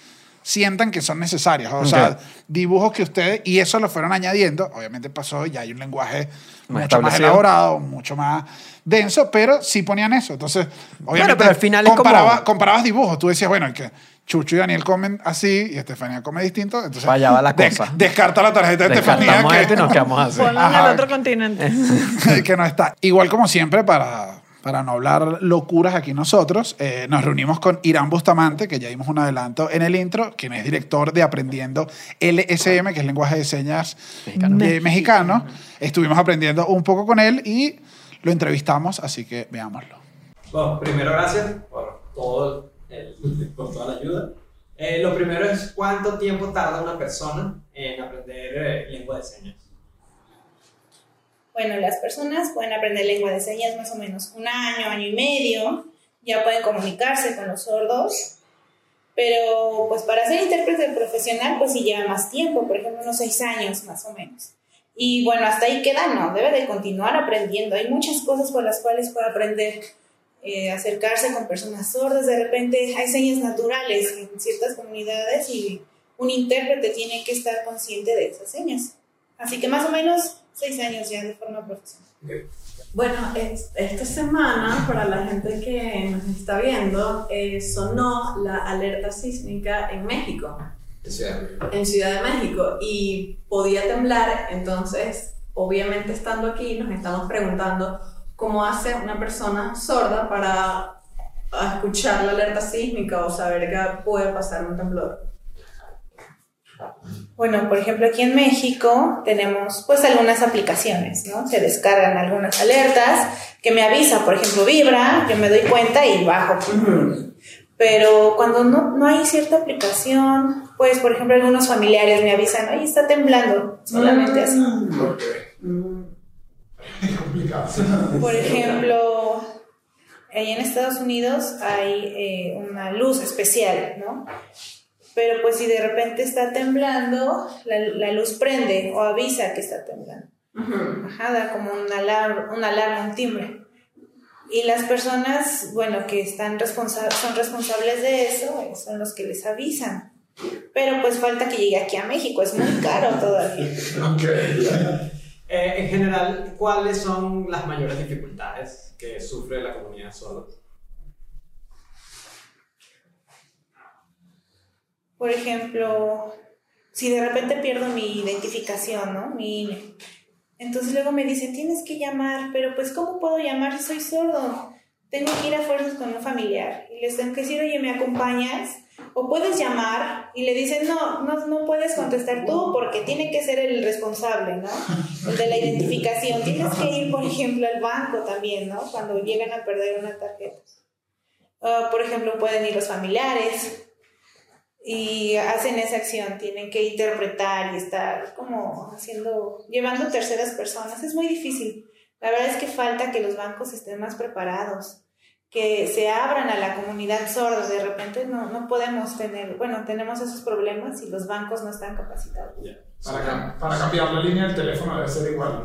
C: sientan que son necesarias, o sea,
A: Ok.
C: dibujos que ustedes, y eso lo fueron añadiendo, obviamente pasó, ya hay un lenguaje
A: Más
C: mucho más
A: establecido.
C: elaborado, mucho más denso, pero sí ponían eso, entonces, obviamente,
A: pero al final es como-
C: comparaba- comparabas dibujos, tú decías, bueno, el que Chucho y Daniel comen así y Estefanía come distinto, entonces
A: Para allá va la
C: des-
A: cosa.
C: descarta la tarjeta de Estefanía
A: Descartamos
C: que,
A: esto y nos quedamos así.
B: Ponlo en
C: Ajá.
B: el otro continente.
C: que no está. Igual como siempre, para, para no hablar locuras aquí nosotros, eh, nos reunimos con Irán Bustamante, que ya dimos un adelanto en el intro, quien es director de Aprendiendo LSM, que es lenguaje de señas
A: Mexicano.
C: de mexicano. Estuvimos aprendiendo un poco con él y lo entrevistamos, así que veámoslo.
D: Bueno, primero gracias por, todo el- por toda la ayuda. Eh, lo primero es cuánto tiempo tarda una persona en aprender eh, lengua de señas.
E: Bueno, las personas pueden aprender lengua de señas más o menos un año, año y medio, ya pueden comunicarse con los sordos Pero pues para ser intérprete profesional, pues sí lleva más tiempo, por ejemplo, unos seis años más o menos. Y bueno, hasta ahí queda, no, debe de continuar aprendiendo. Hay muchas cosas por las cuales puede aprender. eh, acercarse con personas sordas, de repente hay señas naturales en ciertas comunidades y un intérprete tiene que estar consciente de esas señas. Así que más o menos seis años ya de forma profesional.
F: Bueno, es- esta semana, para la gente que nos está viendo, eh, sonó la alerta sísmica en México, en Ciudad de México, y podía temblar, entonces, obviamente estando aquí, nos estamos preguntando cómo hace una persona sorda para escuchar la alerta sísmica o saber que puede pasar un temblor.
E: Bueno, por ejemplo, aquí en México tenemos pues algunas aplicaciones, ¿no? Se descargan algunas alertas que me avisa, por ejemplo, vibra, yo me doy cuenta y bajo. Pero cuando no, no hay cierta aplicación, pues por ejemplo algunos familiares me avisan, oye, está temblando, solamente así. Por ejemplo, ahí en Estados Unidos hay eh, una luz especial, ¿no? Pero pues si de repente está temblando, la, la luz prende o avisa que está temblando. Ajá, da como un alarma, un alarma, un timbre. Y las personas, bueno, que están responsa- son responsables de eso, eh, son los que les avisan. Pero pues falta que llegue aquí a México, es muy caro todavía.
D: Eh, en general, ¿cuáles son las mayores dificultades que sufre la comunidad sorda?
E: Por ejemplo, si de repente pierdo mi identificación, ¿no? Mi INE. Entonces luego me dicen, tienes que llamar, pero pues ¿cómo puedo llamar si soy sordo? Tengo que ir a fuerzas con un familiar y les tengo que decir, oye, ¿me acompañas? O puedes llamar y le dicen, no, no, no puedes contestar tú porque tiene que ser el responsable, ¿no? El de la identificación. Tienes que ir, por ejemplo, al banco también, ¿no? Cuando llegan a perder una tarjeta. Ah, por ejemplo, pueden ir los familiares, y hacen esa acción, tienen que interpretar y estar como haciendo, llevando terceras personas. Es muy difícil. La verdad es que falta que los bancos estén más preparados, que se abran a la comunidad sorda. De repente no, no podemos tener, bueno, tenemos esos problemas y los bancos no están capacitados.
G: Para, cam- para cambiar la línea del teléfono debe ser igual.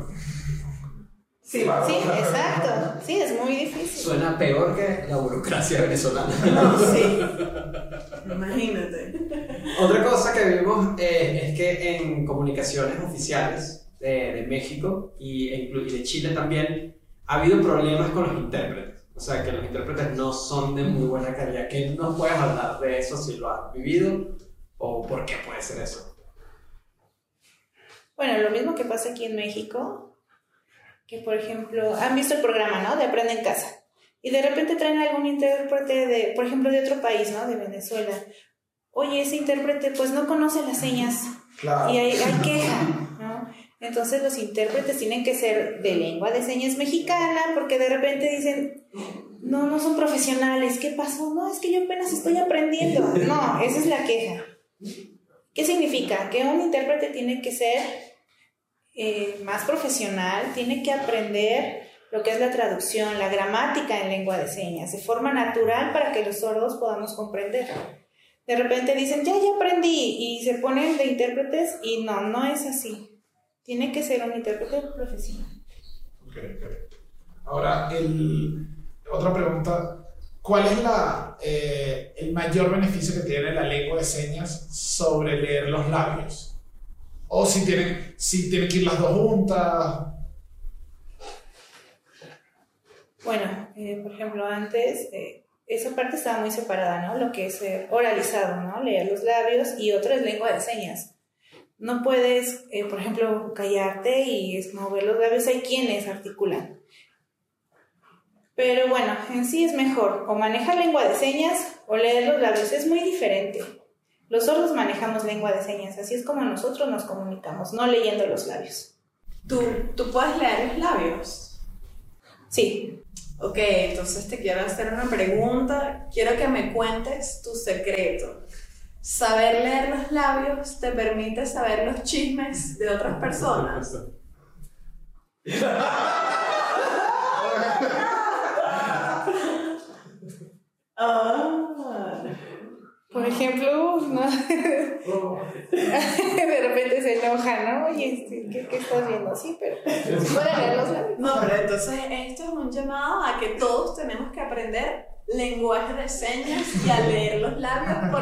F: Sí,
G: Claro.
E: Sí, exacto. Sí, es muy difícil.
H: Suena peor que la burocracia venezolana.
F: No, sí. Imagínate.
D: Otra cosa que vimos eh, es que en comunicaciones oficiales de, de México y, e inclu- y de Chile también ha habido problemas con los intérpretes. O sea, que los intérpretes no son de muy buena calidad. ¿Qué nos puedes hablar de eso si lo has vivido? ¿O por qué puede ser eso?
E: Bueno, lo mismo que pasa aquí en México, que por ejemplo, han visto el programa, ¿no? De Aprende en Casa. Y de repente traen algún intérprete de, por ejemplo, de otro país, ¿no? De Venezuela. Oye, ese intérprete pues no conoce las señas
G: Claro.
E: y hay, hay queja, ¿no? Entonces los intérpretes tienen que ser de lengua de señas mexicana porque de repente dicen, no, no son profesionales, ¿qué pasó? No, es que yo apenas estoy aprendiendo. No, esa es la queja. ¿Qué significa? Que un intérprete tiene que ser eh, más profesional, tiene que aprender lo que es la traducción, la gramática en lengua de señas, de forma natural para que los sordos podamos comprender. De repente dicen, ya, ya aprendí, y se ponen de intérpretes y no, no es así. Tiene que ser un intérprete profesional.
G: Ok, ok. Ahora, el- otra pregunta. ¿Cuál es la, eh, el mayor beneficio que tiene la lengua de señas sobre leer los labios? O si tienen, si tienen que ir las dos juntas.
E: Bueno, eh, por ejemplo, antes eh, esa parte estaba muy separada, ¿no? Lo que es eh, oralizado, ¿no? Leer los labios y otra es lengua de señas. No puedes, eh, por ejemplo, callarte y es mover los labios. Hay quienes articulan. Pero bueno, en sí es mejor o manejar lengua de señas o leer los labios. Es muy diferente. Los sordos manejamos lengua de señas, así es como nosotros nos comunicamos, no leyendo los labios.
F: ¿Tú, tú puedes leer los labios.
E: Sí,
F: Ok, entonces te quiero hacer una pregunta. Quiero que me cuentes tu secreto. ¿Saber leer los labios te permite saber los chismes de otras personas? Ah.
E: Por ejemplo, ¿no? de repente se enoja, ¿no? Oye, este, ¿qué, qué estás viendo? Sí, pero puede leer los labios.
F: No, pero entonces esto es un llamado a que todos tenemos que aprender lenguaje de señas y a leer los labios por,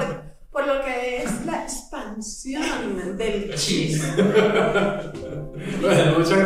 F: por lo que es la expansión del chiste.
H: Bueno, muchas